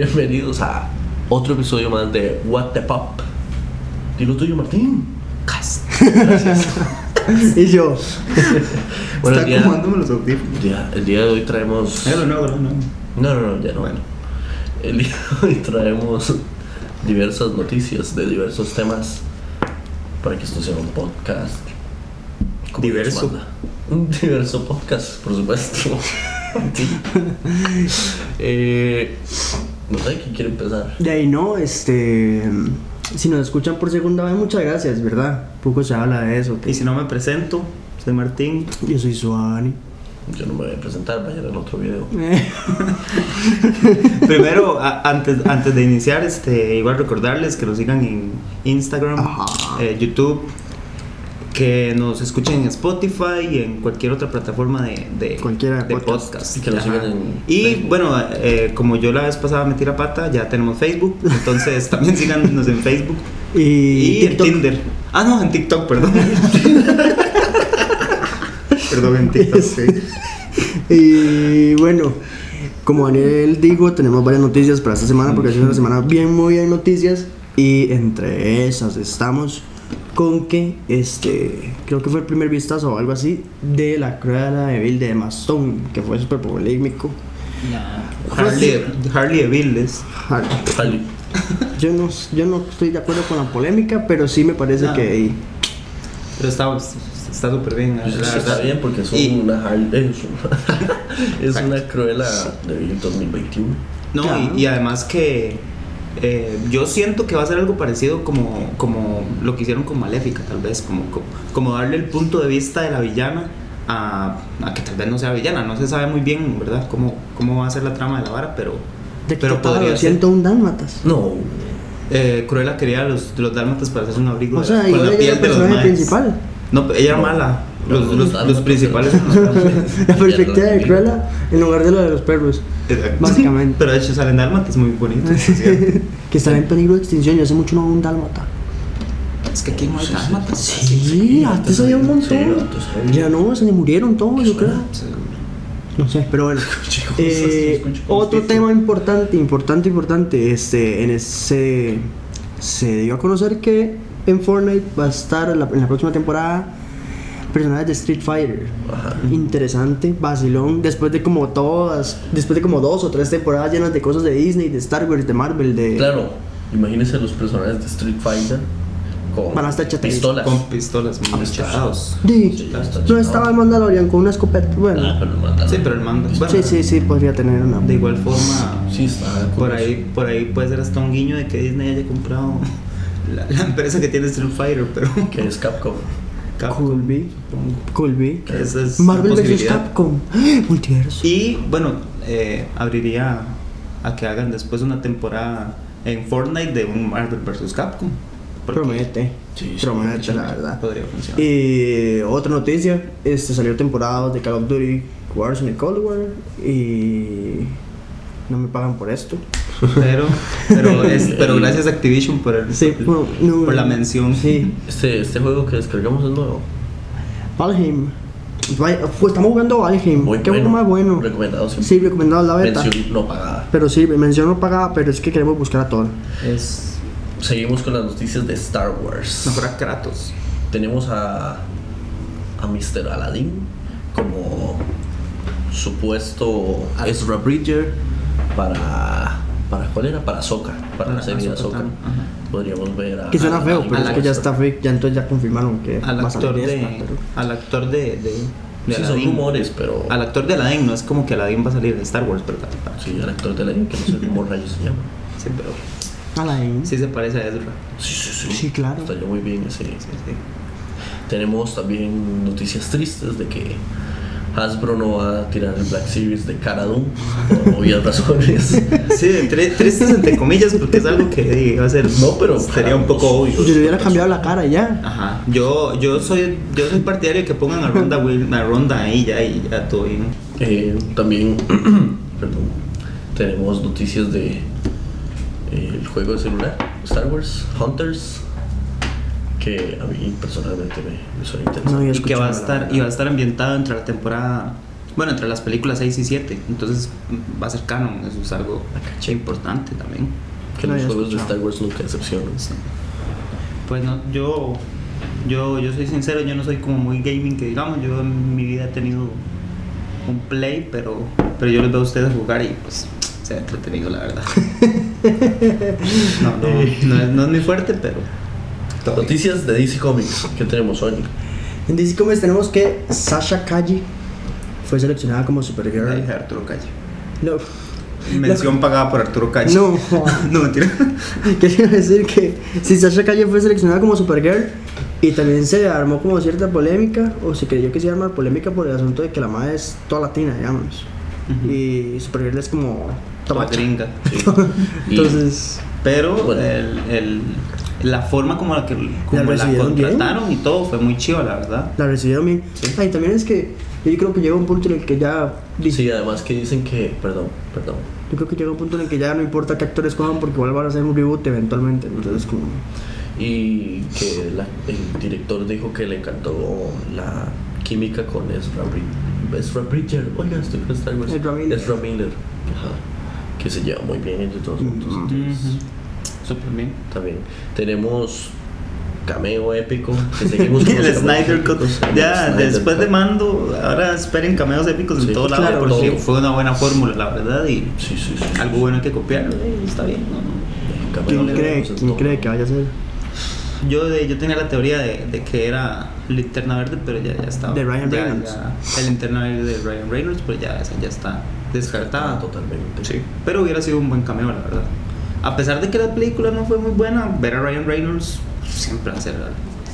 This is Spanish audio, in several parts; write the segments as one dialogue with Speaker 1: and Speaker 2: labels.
Speaker 1: Bienvenidos a otro episodio más de What the Pop. Dilo tuyo, Martín. Cast. Gracias.
Speaker 2: Y yo,
Speaker 1: Bueno,
Speaker 2: está
Speaker 1: el día-
Speaker 2: acomodándome los audífonos.
Speaker 1: Ya, el día de hoy traemos.
Speaker 2: Hágalo, no, hágalo, no.
Speaker 1: No, no, no, ya no.
Speaker 2: Bueno.
Speaker 1: El día de hoy traemos diversas noticias de diversos temas para que esto sea un podcast. como Dios
Speaker 2: Diverso.
Speaker 1: manda. Un diverso podcast, por supuesto. Eh, no sé quién quiere empezar.
Speaker 2: De ahí no, este. Si nos escuchan por segunda vez, muchas gracias, ¿verdad? Poco se habla de eso. pues.
Speaker 3: Y si no me presento, soy Martín.
Speaker 2: Yo soy Suani.
Speaker 1: Yo no me voy a presentar, vaya en otro video.
Speaker 3: Primero, a- antes, antes de iniciar, este, igual recordarles que nos sigan en Instagram,
Speaker 2: Ajá.
Speaker 3: eh, YouTube, que nos escuchen en Spotify y en cualquier otra plataforma de, de,
Speaker 2: Cualquiera de
Speaker 3: de
Speaker 2: podcast.
Speaker 3: podcast.
Speaker 1: Y que nos
Speaker 3: Ajá.
Speaker 1: sigan en
Speaker 3: Y,
Speaker 1: Facebook.
Speaker 3: bueno, eh, como yo la vez pasada metí la pata, ya tenemos Facebook, entonces también síganos en Facebook
Speaker 2: Y,
Speaker 3: y, en
Speaker 2: TikTok.
Speaker 3: Tinder. Ah, no, en TikTok, perdón. perdón, en TikTok. sí.
Speaker 2: Y bueno, como Daniel dijo, tenemos varias noticias para esta semana porque ha sido una semana bien movida en noticias. Y entre esas estamos con que este creo que fue el primer vistazo o algo así de la cruela de Bill de Mastón, que fue súper polémico.
Speaker 3: Harley, Harley Deville es.
Speaker 2: Ay,
Speaker 1: Jali.
Speaker 2: Ah, Yo no, yo no estoy de acuerdo con la polémica, pero sí me parece
Speaker 3: No.
Speaker 2: que
Speaker 3: Pero está está súper bien.
Speaker 1: Pues
Speaker 3: la
Speaker 1: eso
Speaker 3: verdad.
Speaker 1: está bien porque es
Speaker 3: Y-
Speaker 1: una Harley- es una- es una cruela de Bill 2021.
Speaker 3: no, y-
Speaker 2: Claro.
Speaker 3: y, además que eh, yo siento que va a ser algo parecido como, como lo que hicieron con Maléfica, tal vez, como, co- como darle el punto de vista de la villana a, a que tal vez no sea villana. No se sabe muy bien, ¿verdad?, cómo, cómo va a ser la trama de la vara, pero,
Speaker 2: de que
Speaker 3: pero
Speaker 2: trataba
Speaker 3: podría
Speaker 2: de
Speaker 3: ser.
Speaker 2: 101 dálmatas.
Speaker 1: No,
Speaker 3: Eh, Cruella quería a los, los dálmatas para hacerse un abrigo
Speaker 2: O
Speaker 3: de-
Speaker 2: sea,
Speaker 3: con
Speaker 2: igual
Speaker 3: la
Speaker 2: ella era
Speaker 3: piel
Speaker 2: el
Speaker 3: de los
Speaker 2: personaje
Speaker 3: maes.
Speaker 2: principal.
Speaker 3: No, ella era
Speaker 1: No.
Speaker 3: mala.
Speaker 1: No,
Speaker 3: Los,
Speaker 1: los
Speaker 3: los- los
Speaker 1: dálmatas.
Speaker 3: principales eran los dálmatas.
Speaker 2: La perspectiva de
Speaker 1: Mierda,
Speaker 2: Cruella en lugar de la de los perros,
Speaker 3: Exacto.
Speaker 2: Básicamente.
Speaker 3: Pero de hecho salen dálmatas muy bonitos. por cierto.
Speaker 2: que están en peligro de extinción y hace mucho no hubo un dálmata.
Speaker 3: Es que aquí no hay
Speaker 1: Sí, sí,
Speaker 3: dálmatas.
Speaker 2: Sí, antes había un
Speaker 1: Sí,
Speaker 2: montón.
Speaker 1: antes había.
Speaker 2: Ya no, se le murieron todos, yo creo. No sé, pero bueno.
Speaker 1: Chicos,
Speaker 2: Eh,
Speaker 1: escucho cosas
Speaker 2: otro
Speaker 1: que-
Speaker 2: tema importante, importante, importante. Este, en ese se dio a conocer que en Fortnite va a estar en la, en la próxima temporada personajes de Street Fighter.
Speaker 1: Ajá.
Speaker 2: Interesante, vacilón. Después de como todas, después de como dos o tres temporadas llenas de cosas de Disney, de Star Wars, de Marvel, de
Speaker 1: Claro, imagínense los personajes de Street Fighter con
Speaker 2: Van a estar chateados.
Speaker 1: pistolas.
Speaker 3: Con pistolas muy
Speaker 1: Amistosos.
Speaker 2: Sí,
Speaker 1: Sí, ya está
Speaker 2: no
Speaker 1: chingado.
Speaker 2: estaba el Mandalorian con una escopeta.
Speaker 1: Ah,
Speaker 2: Bueno,
Speaker 1: pero lo mataron.
Speaker 3: Sí, pero el mando. Bueno,
Speaker 2: sí, sí, sí, podría tener una.
Speaker 3: De igual forma,
Speaker 1: Sí, está
Speaker 3: por,
Speaker 1: curioso.
Speaker 3: ahí, por ahí puede ser hasta un guiño de que Disney haya comprado la, la empresa que tiene Street Fighter, pero
Speaker 1: Que es Capcom.
Speaker 3: Capcom,
Speaker 2: Could be,
Speaker 3: supongo.
Speaker 2: could be.
Speaker 3: Esa es una
Speaker 2: Marvel vs
Speaker 3: posibilidad.
Speaker 2: Capcom. ¡Ah! Multiverso.
Speaker 3: Y bueno, eh, abriría a que hagan después una temporada en Fortnite de un Marvel vs. Capcom. porque
Speaker 2: Promete.
Speaker 1: Sí, sí,
Speaker 2: promete, la verdad.
Speaker 3: Podría funcionar.
Speaker 2: Y otra noticia, este salió temporada de Call of Duty Warzone y Cold War y no me pagan por esto.
Speaker 3: Pero, pero, es- pero gracias a Activision por, el-
Speaker 2: Sí, bueno, no,
Speaker 3: por la mención.
Speaker 2: Sí.
Speaker 1: Este, este juego que descargamos es nuevo.
Speaker 2: Valheim. Vai- Pues estamos jugando Valheim.
Speaker 1: Muy
Speaker 2: Qué
Speaker 1: bueno.
Speaker 2: bueno más bueno.
Speaker 1: Recomendado siempre.
Speaker 2: Sí, recomendado la beta.
Speaker 1: Mención no pagada.
Speaker 2: Pero sí, mención no pagada, pero es que queremos buscar a Thor.
Speaker 3: Es
Speaker 1: Seguimos con las noticias de Star Wars.
Speaker 3: mejor a Kratos.
Speaker 1: Tenemos a, a Mr. Aladdin como supuesto Ezra Bridger para. ¿Para cuál era? Para Soca, para la
Speaker 3: Para
Speaker 1: serie de
Speaker 3: Ahsoka
Speaker 1: Soca.
Speaker 3: Tano, ajá.
Speaker 1: Podríamos ver a.
Speaker 2: Que suena
Speaker 1: a-
Speaker 2: feo,
Speaker 1: a-
Speaker 2: pero
Speaker 1: a-
Speaker 2: es que ya está fake, ya entonces ya confirmaron que
Speaker 3: Al
Speaker 2: va a
Speaker 3: actor
Speaker 2: salir
Speaker 3: de.
Speaker 2: esta, pero-
Speaker 3: Al actor de. de, de
Speaker 1: Sí, son
Speaker 3: Aladdin.
Speaker 1: rumores, pero.
Speaker 3: Al actor de Aladdin, no es como que Aladdin va a salir de Star Wars, ¿verdad?
Speaker 1: Sí, al actor de la que no sé cómo rayos se llama.
Speaker 3: Sí, pero.
Speaker 2: Alain.
Speaker 3: Sí se parece a Ezra.
Speaker 1: Sí, sí, sí.
Speaker 2: Sí, claro.
Speaker 1: Estaría muy bien ese.
Speaker 3: Sí, sí.
Speaker 1: Tenemos también noticias tristes de que Hasbro no va a tirar el Black Series de Cara Dune por obvias razones.
Speaker 3: Sí, entre- tristes entre comillas, porque es algo que eh, va a ser.
Speaker 1: No, pero-
Speaker 3: Sería un poco obvio.
Speaker 2: Yo le hubiera cambiado la cara y ya.
Speaker 3: Ajá. Yo, yo soy yo soy partidario de que pongan a Ronda, Will, a Ronda ahí ya y ya todo bien.
Speaker 1: Eh, también, perdón, tenemos noticias de eh, el juego de celular Star Wars Hunters que a mí personalmente me, me suena
Speaker 2: No,
Speaker 1: interesante.
Speaker 2: yo
Speaker 3: y que
Speaker 2: escucho
Speaker 3: va a
Speaker 2: la-
Speaker 3: estar y va a estar ambientado entre la temporada Bueno, entre las películas 6 y 7, entonces mm, va a ser canon, eso es algo importante también.
Speaker 1: Que
Speaker 2: No
Speaker 1: los
Speaker 2: había
Speaker 1: juegos de
Speaker 2: escuchado.
Speaker 1: Star Wars nunca decepcionan.
Speaker 3: Sí. Pues no, yo, yo, yo soy sincero, yo no soy como muy gaming que digamos, yo en mi vida he tenido un play, pero, pero yo los veo a ustedes jugar y pues se ha entretenido la verdad. no,
Speaker 2: Eh.
Speaker 3: no, no es, no es mi fuerte, pero todo bien.
Speaker 1: Noticias de DC Comics. ¿Qué tenemos, hoy?
Speaker 2: En DC Comics tenemos que Sasha Calle fue seleccionada como Supergirl.
Speaker 3: Ahí dije Arturo Calle.
Speaker 2: No,
Speaker 3: Mención pagada por Arturo Calle.
Speaker 2: No.
Speaker 3: no mentira.
Speaker 2: quería decir que si Sasha Calle fue seleccionada como Supergirl y también se armó como cierta polémica, o se creyó que se iba a armar polémica por el asunto de que la madre es toda latina, digamos. Y Supergirl es como.
Speaker 3: Toda
Speaker 2: tomacha.
Speaker 3: gringa. sí.
Speaker 1: Y-
Speaker 2: Entonces,
Speaker 3: Pero
Speaker 1: Bueno.
Speaker 3: el, el- la forma como la, que,
Speaker 2: La
Speaker 3: como la
Speaker 2: recibieron bien.
Speaker 3: contrataron y todo fue muy chiva, la verdad.
Speaker 2: la recibieron bien.
Speaker 3: Sí.
Speaker 2: Ah, y también es que yo creo que llega un punto en el que ya.
Speaker 1: Sí, además que dicen que. Perdón, perdón.
Speaker 2: Yo creo que llega un punto en el que ya no importa qué actores cojan porque igual van a hacer un reboot eventualmente. Entonces, como.
Speaker 1: Y que la- el director dijo que le encantó la química con Ezra, Bri- Ezra Bridger. Oiga, estoy con Star Wars.
Speaker 2: Ezra Miller.
Speaker 1: Ezra Miller. Ajá. Que se lleva muy bien entre todos juntos.
Speaker 2: Ujú.
Speaker 1: entonces,
Speaker 3: Súper bien.
Speaker 1: También tenemos cameo épico. Que seguimos con
Speaker 3: el
Speaker 1: los cameos
Speaker 3: Snyder Cut.
Speaker 1: épicos. El
Speaker 3: Ya,
Speaker 1: Snyder
Speaker 3: después de
Speaker 1: Cut.
Speaker 3: Mando, ahora esperen cameos épicos
Speaker 1: Sí,
Speaker 3: en todo lado.
Speaker 1: claro,
Speaker 3: porque
Speaker 1: todo.
Speaker 3: Fue una buena fórmula, la verdad. Y
Speaker 1: Sí, sí, sí.
Speaker 3: algo bueno hay que copiarlo. eh, Está bien. ¿no? pues no.
Speaker 1: Cameos
Speaker 2: ¿Quién
Speaker 3: le
Speaker 2: cree,
Speaker 1: épicos en
Speaker 2: quién
Speaker 1: todo.
Speaker 2: cree que vaya a ser?
Speaker 3: Yo, de- yo tenía la teoría de, de que era Linterna Verde, pero ya, ya estaba.
Speaker 2: De Ryan
Speaker 3: ya-
Speaker 2: Reynolds.
Speaker 3: ya- el Linterna Verde de Ryan Reynolds, pues ya, esa ya está descartada.
Speaker 1: Ah, totalmente.
Speaker 3: Sí, pero hubiera sido un buen cameo, la verdad. A pesar de que la película no fue muy buena, ver a Ryan Reynolds siempre va a ser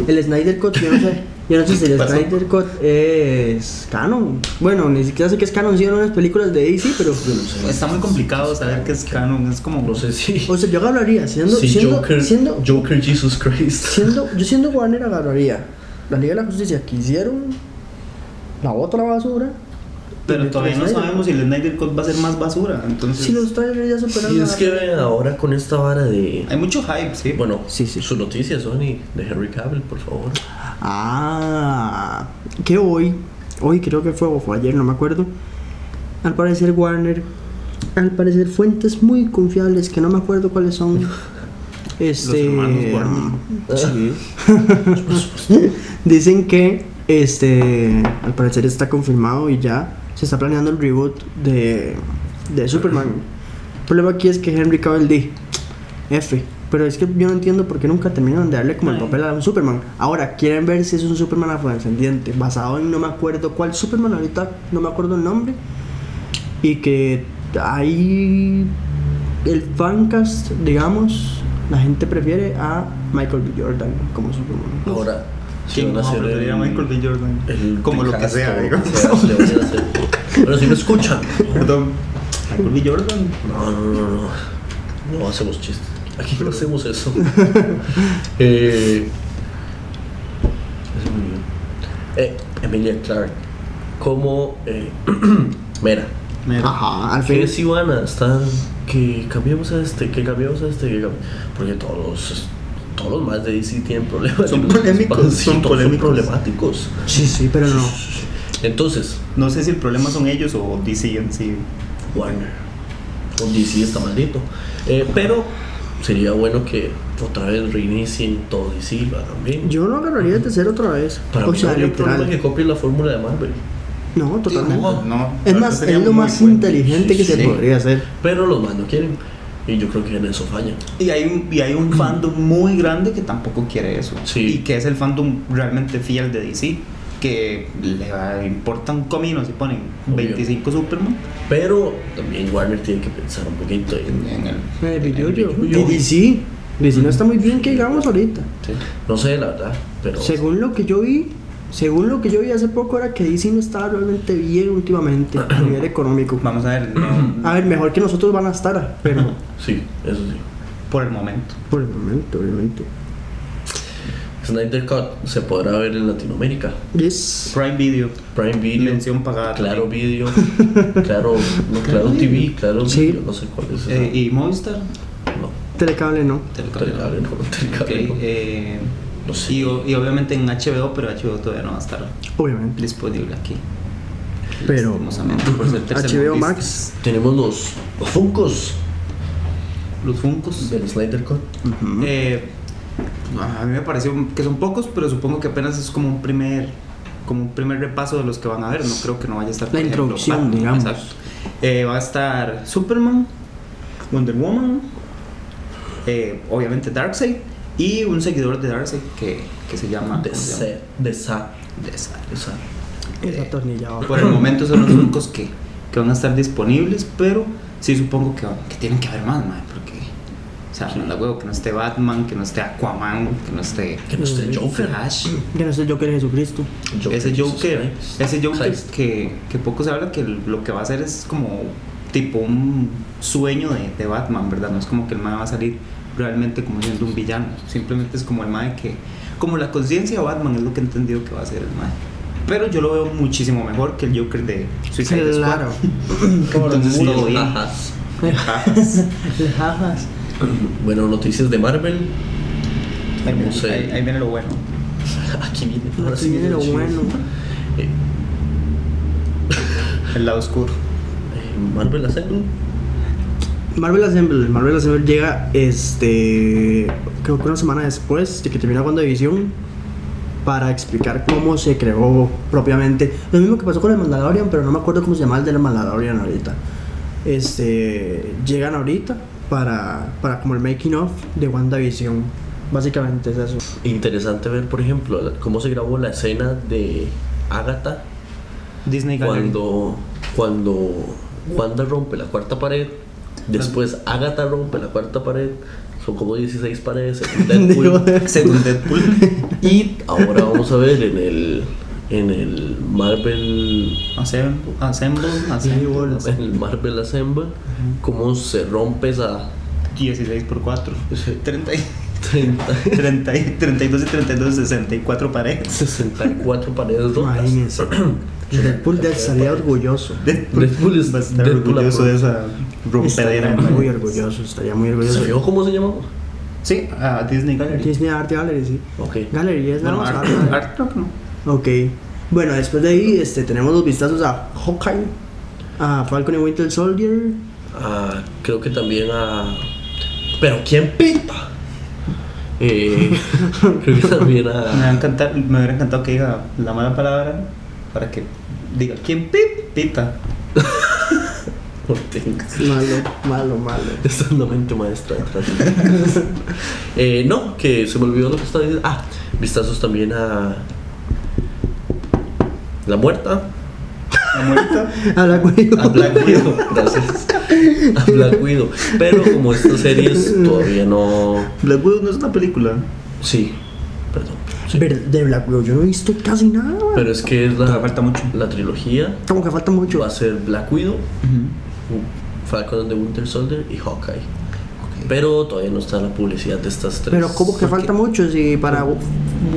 Speaker 2: El Snyder Cut, yo no sé. Yo no sé si el
Speaker 3: Pasó.
Speaker 2: Snyder Cut es canon. Bueno, ni siquiera sé que es canon, sí, en unas películas de DC, pero.
Speaker 3: Está muy complicado saber que es canon, es como...
Speaker 1: No sé si.
Speaker 2: pues, O sea, yo agarraría, siendo.
Speaker 1: si
Speaker 2: siendo,
Speaker 1: Joker,
Speaker 2: siendo,
Speaker 1: Joker Jesus Christ.
Speaker 2: siendo- Yo siendo Warner agarraría la Liga de la Justicia que hicieron, la boto a la basura.
Speaker 3: Pero todavía no
Speaker 2: Snyder.
Speaker 3: sabemos si el Snyder Cut va a ser más basura, entonces...
Speaker 2: Si los trailers ya superaron.
Speaker 1: Y
Speaker 2: a
Speaker 1: es
Speaker 2: la-
Speaker 1: que vean, ahora con esta vara de.
Speaker 3: Hay mucho hype, sí.
Speaker 1: Bueno,
Speaker 2: Sí, sí.
Speaker 1: su noticia, Sony, de Henry Cavill, por favor.
Speaker 2: Ah, que hoy, hoy creo que fue o fue ayer, no me acuerdo. Al parecer Warner, al parecer fuentes muy confiables que no me acuerdo cuáles son. Este,
Speaker 3: Los hermanos Warner.
Speaker 2: sí. Dicen que este, al parecer está confirmado y ya se está planeando el reboot de, de Superman. El problema aquí es que Henry Cavill D. F. Pero es que yo no entiendo por qué nunca terminaron de darle como el
Speaker 3: Ay.
Speaker 2: papel a un Superman. Ahora, quieren ver si es un Superman afrodescendiente, basado en no me acuerdo cuál Superman, ahorita no me acuerdo el nombre. Y que ahí el fancast, digamos, la gente prefiere a Michael B. Jordan como Superman.
Speaker 1: Ahora, si
Speaker 3: ¿Quién
Speaker 1: van a
Speaker 3: no
Speaker 1: hacer
Speaker 3: preferir a
Speaker 1: el-
Speaker 3: Michael B. Jordan?
Speaker 1: el
Speaker 3: como lo que
Speaker 1: recast,
Speaker 3: sea,
Speaker 1: como
Speaker 3: digamos.
Speaker 1: lo que sea, le van a hacer. Pero si me escuchan.
Speaker 3: Perdón. Michael B. Jordan.
Speaker 1: No, no, no, no. No hacemos chistes. Aquí no hacemos eso. eh, es muy bien. Eh, Emilia Clark. Como. Eh, Mera.
Speaker 3: Mira.
Speaker 2: Ajá, al
Speaker 1: Que
Speaker 2: fin.
Speaker 1: es Ivana, están que cambiamos a este, que cambiamos a este, que cambi- porque todos los todos los más de DC tienen problemas.
Speaker 3: Son
Speaker 1: Y los
Speaker 3: polémicos,
Speaker 1: pasos,
Speaker 3: son
Speaker 1: todos
Speaker 3: polémicos.
Speaker 1: problemáticos.
Speaker 2: Sí, sí, pero no.
Speaker 1: Entonces,
Speaker 3: No sé si el problema son ellos o DC en sí.
Speaker 1: Warner, con DC está maldito. Eh, pero sería bueno que otra vez reinicien todo DC, lo hagan bien.
Speaker 2: Yo no agarraría de cero otra vez.
Speaker 1: Para
Speaker 2: o
Speaker 1: mí no
Speaker 2: sea,
Speaker 1: habría problema que
Speaker 2: literal.
Speaker 1: copien la fórmula de Marvel.
Speaker 2: No, totalmente.
Speaker 1: No,
Speaker 3: no,
Speaker 2: es
Speaker 3: la
Speaker 2: más,
Speaker 3: verdad sería
Speaker 2: es lo
Speaker 3: muy
Speaker 2: más
Speaker 3: bueno.
Speaker 2: inteligente que
Speaker 1: Sí,
Speaker 2: se
Speaker 1: sí.
Speaker 2: podría hacer.
Speaker 1: Pero los más no quieren. Y yo creo que en eso fallan.
Speaker 3: Y hay, un, y hay un fandom muy grande que tampoco quiere eso.
Speaker 1: Mm. Sí.
Speaker 3: Y que es el fandom realmente fiel de DC. Que le va- importa un comino si ponen
Speaker 1: Obvio.
Speaker 3: 25 Superman
Speaker 1: Pero también Warner tiene que pensar un poquito en,
Speaker 3: en el.
Speaker 2: Eh,
Speaker 3: en el
Speaker 2: Billullo.
Speaker 3: billullo.
Speaker 2: Y DC. DC no está muy bien que digamos ahorita.
Speaker 3: Sí.
Speaker 1: No sé, la verdad, pero...
Speaker 2: Según lo que yo vi, según lo que yo vi hace poco era que DC no estaba realmente bien últimamente a nivel económico.
Speaker 3: Vamos a ver. no- ah,
Speaker 2: A ver, mejor que nosotros van a estar, pero
Speaker 1: Sí, eso sí.
Speaker 3: por el momento.
Speaker 2: por el momento, obviamente.
Speaker 1: Snyder Cut se podrá ver en Latinoamérica.
Speaker 2: Yes.
Speaker 3: Prime Video.
Speaker 1: Prime Video.
Speaker 3: Mención pagada. Eh,
Speaker 1: Claro
Speaker 3: también.
Speaker 1: Video. Claro, no, claro TV. Claro
Speaker 2: Sí.
Speaker 1: Video. No sé cuál es. esa.
Speaker 3: Eh, y Movistar.
Speaker 1: no,
Speaker 2: Telecable no.
Speaker 1: Telecable no. Telecable
Speaker 3: Ok,
Speaker 1: no.
Speaker 3: eh,
Speaker 1: No sé.
Speaker 3: y, o- y obviamente en HBO, pero HBO todavía no va a estar
Speaker 2: Obviamente.
Speaker 3: disponible aquí.
Speaker 2: Pero
Speaker 3: Lastimosamente, por ser
Speaker 2: HBO
Speaker 3: tercermundistas.
Speaker 2: Max.
Speaker 1: Tenemos los, los Funkos
Speaker 3: Los Funcos.
Speaker 1: del Snyder Cut.
Speaker 3: Eh, a mí me pareció que son pocos, pero supongo que apenas es como un primer como un primer repaso de los que van a ver. No creo que no vaya a estar
Speaker 2: La
Speaker 3: por ejemplo,
Speaker 2: introducción,
Speaker 3: Batman,
Speaker 2: digamos.
Speaker 3: exacto. Eh, va a estar Superman, Wonder Woman, eh, obviamente Darkseid y un seguidor de Darkseid que, que se llama
Speaker 1: De
Speaker 3: ¿cómo se
Speaker 1: Sa. De Sa.
Speaker 3: llama? De Sa-
Speaker 1: De Sa.
Speaker 2: Es atornillado.
Speaker 3: Por el momento son los únicos que, que van a estar disponibles, pero sí supongo que, que tienen que haber más, madre, porque. O sea, manda huevo que no esté Batman, que no esté Aquaman, que no esté
Speaker 1: Que no esté Joker.
Speaker 3: Flash.
Speaker 2: Ya no sé yo que eres Jesucristo.
Speaker 3: Ese Joker,
Speaker 1: ¿eh?
Speaker 3: ese Joker
Speaker 1: Christ.
Speaker 3: que, que poco se habla que lo que va a hacer es como tipo un sueño de, de Batman, ¿verdad? No es como que el mae va a salir realmente como siendo un villano, simplemente es como el mae que, como la conciencia de Batman es lo que he entendido que va a ser el mae. Pero yo lo veo muchísimo mejor que el Joker de Suicide
Speaker 2: Claro.
Speaker 3: Squad. Entonces
Speaker 1: Sí,
Speaker 3: todo bien.
Speaker 1: ajás.
Speaker 3: Jajas.
Speaker 2: Jajas.
Speaker 1: Bueno, noticias de Marvel.
Speaker 3: Ahí viene-
Speaker 1: Hermoso.
Speaker 3: ahí- ahí viene lo bueno.
Speaker 1: Aquí viene.
Speaker 2: Ahora sí viene lo
Speaker 1: chido.
Speaker 2: bueno.
Speaker 1: Eh,
Speaker 3: El lado oscuro.
Speaker 1: eh, Marvel Assemble.
Speaker 2: Marvel Assemble. Marvel Assemble llega este. Creo que una semana después de que termina WandaVision. Para explicar cómo se creó propiamente. Lo mismo que pasó con el Mandalorian, pero no me acuerdo cómo se llama el del Mandalorian ahorita. Este. Llegan ahorita para, para como el making of de WandaVision. Básicamente es eso.
Speaker 1: Interesante ver, por ejemplo, la- cómo se grabó la escena de Agatha
Speaker 3: Disney Gallery.
Speaker 1: cuando, cuando Wanda rompe la cuarta pared. Después Agatha rompe la cuarta pared. Son como 16 paredes. según Deadpool.
Speaker 3: Según Deadpool.
Speaker 1: y ahora vamos a ver en el, en el Marvel
Speaker 3: Assemble, assemble,
Speaker 2: Evil.
Speaker 3: assemble.
Speaker 1: en el Marvel Assemble, cómo se rompe esa
Speaker 3: 16 por 4.
Speaker 1: Sí.
Speaker 3: 30,
Speaker 1: 30,
Speaker 3: 30, 32 y 32, 64 paredes.
Speaker 1: 64 paredes rotas.
Speaker 2: Imagínense. Deadpool de- salía orgulloso.
Speaker 1: Deadpool es-
Speaker 3: va a estar
Speaker 1: Deadpool
Speaker 3: orgulloso
Speaker 1: aprobó.
Speaker 3: de esa rompedera.
Speaker 2: Estaría
Speaker 3: de
Speaker 2: muy
Speaker 3: paredes.
Speaker 2: orgulloso, estaría muy
Speaker 1: ¿Se
Speaker 2: orgulloso.
Speaker 1: vio cómo se llamaba?
Speaker 3: Sí, a Disney Gallery.
Speaker 2: Disney Art Gallery, sí.
Speaker 1: Ok.
Speaker 2: Gallery es la
Speaker 3: Bueno,
Speaker 2: más
Speaker 3: Art,
Speaker 2: alta.
Speaker 3: Art Rock, no.
Speaker 2: Ok. Bueno, después de ahí este, tenemos los vistazos a Hawkeye, a Falcon y Winter Soldier.
Speaker 1: Ah, creo que también a. Pero ¿quién pipa? Eh, creo que también
Speaker 3: Me, va a
Speaker 1: a.
Speaker 3: encantar- me hubiera encantado que diga la mala palabra para que diga quién pip, pita.
Speaker 1: Ortega.
Speaker 2: Malo, malo, malo.
Speaker 1: Esta es la mente maestra de Francisco. Eh, no, que se me olvidó lo que estaba diciendo. Ah, vistazos también a. La muerta.
Speaker 3: La muerta.
Speaker 2: A la
Speaker 3: Ah,
Speaker 1: A Black Widow, gracias. A Black Widow. Pero como esta serie es todavía no.
Speaker 3: Black Widow no es una película.
Speaker 1: Sí, perdón. sí.
Speaker 2: Ver- De Black Widow, yo no he visto casi nada.
Speaker 1: Pero es que es
Speaker 3: Todavía
Speaker 1: la,
Speaker 3: falta mucho.
Speaker 1: la trilogía.
Speaker 2: Como que falta mucho.
Speaker 1: Va a ser Black Widow, Falcon and the Winter Soldier y Hawkeye. Pero todavía no está la publicidad de estas tres.
Speaker 2: Pero como que falta mucho, si para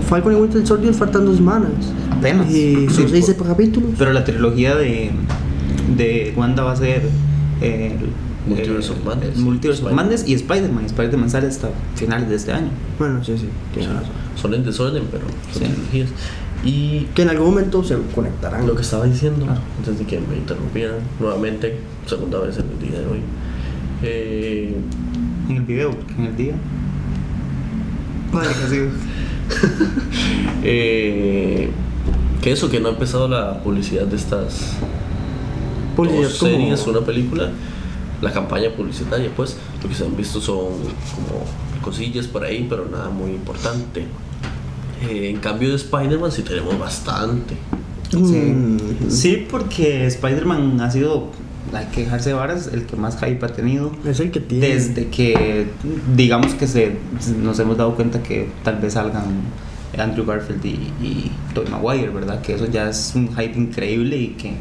Speaker 2: Falcon y Winter Soldier faltan dos semanas. Eh,
Speaker 3: Apenas.
Speaker 2: Y
Speaker 3: Sí,
Speaker 2: son seis
Speaker 3: por-
Speaker 2: capítulos.
Speaker 3: Pero la trilogía de, de Wanda va a ser eh, el
Speaker 1: Multiverse of Madness.
Speaker 3: el Multiverse of
Speaker 1: Spider-
Speaker 3: Madness y Spider-Man. Spider-Man sale hasta finales de este año.
Speaker 2: Bueno, sí, sí, tienes razón.
Speaker 1: Son en desorden, pero son
Speaker 3: Sí.
Speaker 1: trilogías. Y
Speaker 2: Que en algún momento se conectarán.
Speaker 1: Lo que estaba diciendo,
Speaker 3: Ah.
Speaker 1: antes de que me interrumpieran nuevamente, segunda vez en el día de hoy, eh,
Speaker 3: En el video, porque en el día.
Speaker 2: Vale.
Speaker 1: eh, que eso, que no ha empezado la publicidad de estas
Speaker 2: Publicidad
Speaker 1: dos
Speaker 2: Pues, como-
Speaker 1: series, una película, la campaña publicitaria, pues lo que se han visto son como cosillas por ahí, pero nada muy importante. Eh, en cambio de Spider-Man sí tenemos bastante.
Speaker 2: Mm.
Speaker 3: Sí, porque Spider-Man ha sido, hay que dejarse de varas, el que más hype ha tenido.
Speaker 2: Es el que tiene.
Speaker 3: Desde que, digamos que se, nos hemos dado cuenta que tal vez salgan Andrew Garfield y, y Tobey Maguire, ¿verdad? Que eso ya es un hype increíble y que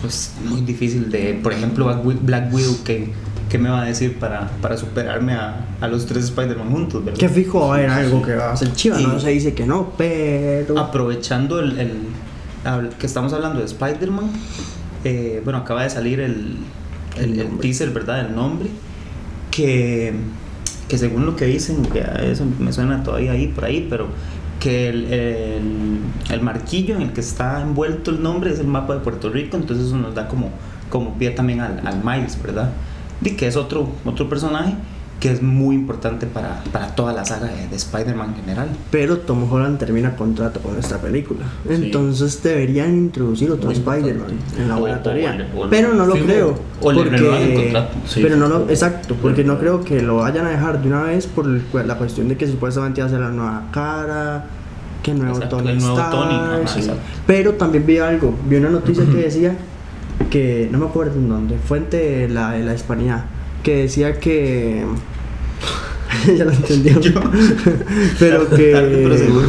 Speaker 3: pues muy difícil de, por ejemplo, Black Wi- Black Widow, que, que me va a decir para, para superarme a, a los tres Spider-Man juntos, ¿verdad?
Speaker 2: Que fijo va a haber algo que va a ser chiva,
Speaker 3: Y-
Speaker 2: no se dice que no, pero.
Speaker 3: aprovechando el, el- habl- que estamos hablando de Spider-Man, eh, bueno, acaba de salir el, el- el teaser, ¿verdad? El nombre, que, que según lo que dicen, que a eso me suena todavía ahí por ahí, pero que el, el- el marquillo en el que está envuelto el nombre es el mapa de Puerto Rico, entonces eso nos da como, como pie también al, al Miles, ¿verdad? Y que es otro, otro personaje que es muy importante para, para toda la saga de, de Spider-Man en general.
Speaker 2: Pero Tom Holland termina contrato con esta película.
Speaker 1: Sí.
Speaker 2: Entonces deberían introducir otro
Speaker 1: Muy
Speaker 2: Spider-Man
Speaker 1: importante.
Speaker 2: en la
Speaker 3: O-
Speaker 2: buena
Speaker 3: o
Speaker 2: teoría.
Speaker 3: el- o el-
Speaker 2: Pero no lo
Speaker 1: sí,
Speaker 2: creo.
Speaker 3: o el renovar el
Speaker 2: Porque,
Speaker 3: contrato.
Speaker 1: Sí.
Speaker 2: pero no lo, exacto, porque no
Speaker 1: Bueno.
Speaker 2: creo que lo vayan a dejar de una vez por el cu- la cuestión de que supuestamente va a ser la nueva cara, que el nuevo
Speaker 3: Exacto,
Speaker 2: Tony
Speaker 3: el nuevo
Speaker 2: Stark,
Speaker 3: Tony, ajá,
Speaker 2: sí.
Speaker 3: exacto.
Speaker 2: Pero también vi algo, vi una noticia que decía que, no me acuerdo en dónde, fuente de la, de la hispanidad, que decía que... ya lo entendí. pero que...
Speaker 3: Tarde, pero seguro.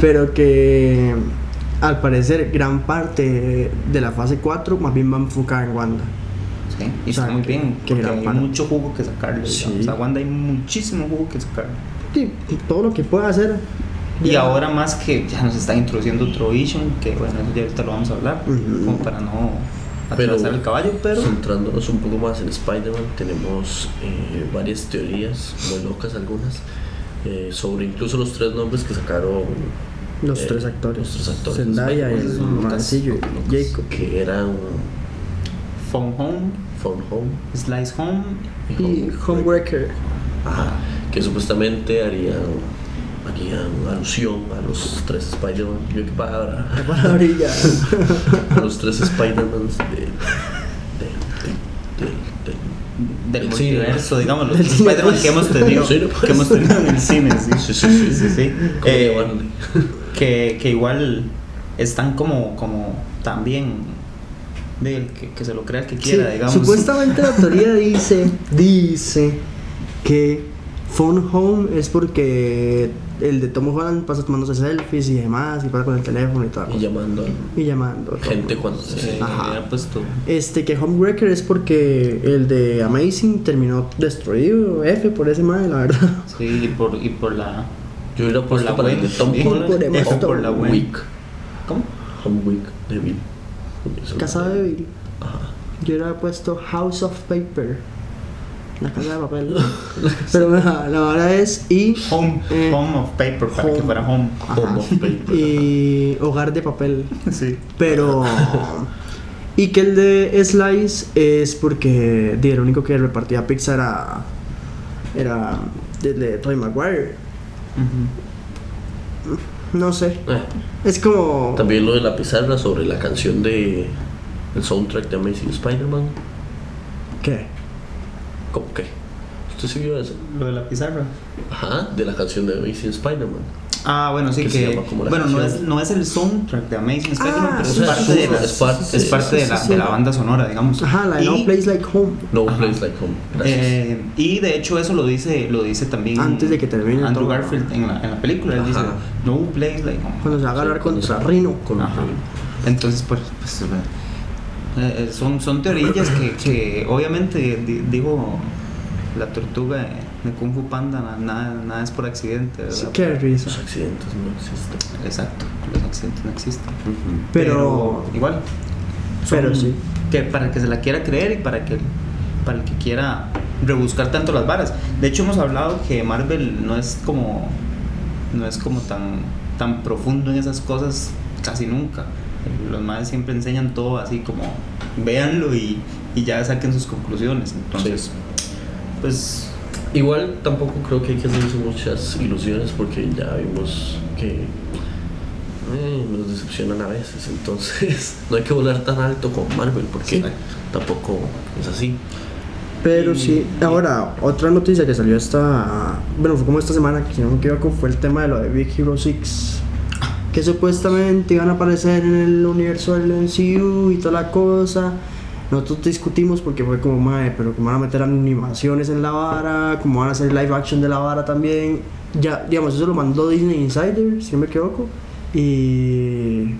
Speaker 2: Pero que al parecer gran parte de la fase 4 más bien va enfocada en Wanda.
Speaker 3: Sí, y
Speaker 2: O sea,
Speaker 3: está muy
Speaker 2: que-
Speaker 3: bien,
Speaker 2: que
Speaker 3: porque
Speaker 2: gran
Speaker 3: hay
Speaker 2: parte.
Speaker 3: mucho jugo que sacarle.
Speaker 2: Sí.
Speaker 3: digamos. A Wanda hay muchísimo jugo que sacarle.
Speaker 2: Sí, todo lo que pueda hacer.
Speaker 3: Y
Speaker 2: ya-
Speaker 3: ahora más que ya nos está introduciendo otro Vision, que bueno, eso ya ahorita lo vamos a hablar,
Speaker 2: Ujú.
Speaker 3: como para no
Speaker 1: Pero-
Speaker 3: atravesar el caballo, pero
Speaker 1: Centrándonos un poco más en Spider-Man, tenemos eh, varias teorías, muy locas algunas, eh, sobre incluso los tres nombres que sacaron
Speaker 2: Los
Speaker 1: eh,
Speaker 2: tres actores.
Speaker 1: los tres actores.
Speaker 2: Zendaya y
Speaker 3: Pues
Speaker 2: el
Speaker 3: son Lucas,
Speaker 2: mancillo,
Speaker 1: Locos,
Speaker 2: Jacob.
Speaker 1: Que eran
Speaker 3: Phone Home,
Speaker 1: From Home
Speaker 3: Slice Home,
Speaker 2: Y Homewrecker.
Speaker 1: Ajá, que supuestamente harían, harían alusión a los tres Spider-Man. Yo qué palabra.
Speaker 2: La palabrilla.
Speaker 1: A los tres Spider-Man de, de- de- de-
Speaker 3: del
Speaker 1: Del
Speaker 3: multiverso,
Speaker 1: cine.
Speaker 3: digamos, los
Speaker 2: Del cine,
Speaker 3: Spider-Man que
Speaker 2: pues.
Speaker 3: hemos tenido,
Speaker 1: Del cine, pues.
Speaker 3: que hemos tenido en el cine, sí,
Speaker 1: Sí, sí, sí.
Speaker 3: sí.
Speaker 1: ¿Cómo
Speaker 3: Eh,
Speaker 1: llamarle?
Speaker 3: que, que igual están como, como también del que, que se lo crea el que quiera,
Speaker 2: Sí,
Speaker 3: digamos.
Speaker 2: Supuestamente la teoría dice, dice que Phone Home es porque el de Tom Holland pasa tomándose selfies y demás, y pasa con el teléfono y toda la
Speaker 1: Y
Speaker 2: cosa.
Speaker 1: llamando a
Speaker 2: Y llamando. a todo.
Speaker 1: gente cuando se...
Speaker 3: Eh,
Speaker 2: Ajá.
Speaker 3: hubiera puesto
Speaker 2: Este, que Homewrecker es porque el de Amazing terminó destruido, F por ese madre, la verdad.
Speaker 3: Sí, y por, y por la.
Speaker 1: Yo hubiera
Speaker 3: Por
Speaker 1: puesto
Speaker 3: la
Speaker 1: para el de
Speaker 3: web.
Speaker 1: Tom
Speaker 3: Sí,
Speaker 1: Holland
Speaker 2: por el-
Speaker 1: Home
Speaker 2: por
Speaker 3: la web.
Speaker 1: Week.
Speaker 3: ¿Cómo?
Speaker 1: Home Week de Bill.
Speaker 2: Casa de Bill.
Speaker 1: Ajá.
Speaker 2: Yo hubiera puesto House of Paper. La casa de papel. Pero ajá, la hora es y.
Speaker 3: Home,
Speaker 2: Eh,
Speaker 3: home of paper, para
Speaker 2: home.
Speaker 3: que fuera home.
Speaker 2: Ajá.
Speaker 1: Home of Paper.
Speaker 2: Y hogar de papel.
Speaker 3: Sí.
Speaker 2: Pero. Y que el de Slice es porque di, el único que repartía pizza era. Era. El de Tobey Maguire. No sé.
Speaker 1: Ah,
Speaker 2: Es como.
Speaker 1: también lo de la pizarra sobre la canción de... El soundtrack de Amazing Spider-Man.
Speaker 2: ¿Qué?
Speaker 1: ¿Cómo qué? ¿Usted sí vio eso?
Speaker 3: Lo de la pizarra.
Speaker 1: Ajá, de la canción de Amazing Spider-man.
Speaker 3: Ah, bueno, sí
Speaker 1: Que
Speaker 3: que.
Speaker 1: se llama como la
Speaker 3: bueno, no es,
Speaker 1: canción.
Speaker 3: no es el soundtrack de Amazing Spider-Man,
Speaker 2: Ah,
Speaker 3: pero
Speaker 2: sí,
Speaker 3: es,
Speaker 2: sí,
Speaker 3: parte
Speaker 2: sí,
Speaker 3: de la,
Speaker 1: es parte-
Speaker 3: es parte
Speaker 2: sí,
Speaker 3: de, la,
Speaker 2: sí, sí.
Speaker 3: de la banda sonora, digamos.
Speaker 2: Ajá, la de
Speaker 3: Y,
Speaker 2: No Place Like Home.
Speaker 1: No
Speaker 3: Ajá.
Speaker 1: Place Like Home. Gracias.
Speaker 3: eh, y de hecho, eso lo dice, lo dice también.
Speaker 2: Antes de que termine todo.
Speaker 3: Andrew Garfield en la, en la película. Él
Speaker 1: Ajá.
Speaker 3: dice: No place like home.
Speaker 2: Cuando se va a agarrar contra Rino.
Speaker 1: Con-
Speaker 3: Ajá. Entonces, pues, pues, eh, eh, son, son teorillas que, que obviamente, di- digo, la tortuga de Kung Fu Panda, na- nada, nada es por accidente, ¿verdad?
Speaker 2: Sí, qué risa.
Speaker 1: Los accidentes no existen.
Speaker 3: Exacto, los accidentes no existen.
Speaker 2: Pero.
Speaker 3: igual.
Speaker 2: Pero sí.
Speaker 3: Que para el que se la quiera creer y para que para el que quiera rebuscar tanto las varas. De hecho hemos hablado que Marvel no es como no es como tan tan profundo en esas cosas casi nunca. Los madres siempre enseñan todo así como véanlo y, y ya saquen sus conclusiones. Entonces, pues
Speaker 1: Igual tampoco creo que hay que hacerse muchas ilusiones porque ya vimos que eh, nos decepcionan a veces. Entonces no hay que volar tan alto con Marvel porque
Speaker 3: Sí.
Speaker 1: tampoco es así.
Speaker 2: Pero
Speaker 3: Y-
Speaker 2: sí,
Speaker 3: y-
Speaker 2: ahora, otra noticia que salió esta. Bueno, fue como esta semana, que si no me equivoco, fue el tema de lo de Big Hero 6. Que supuestamente iban a aparecer en el universo del MCU y toda la cosa. Nosotros discutimos porque fue como, madre, pero como van a meter animaciones en la vara, como van a hacer live action de la vara también. Ya, digamos, eso lo mandó Disney Insider, si no me equivoco. Y.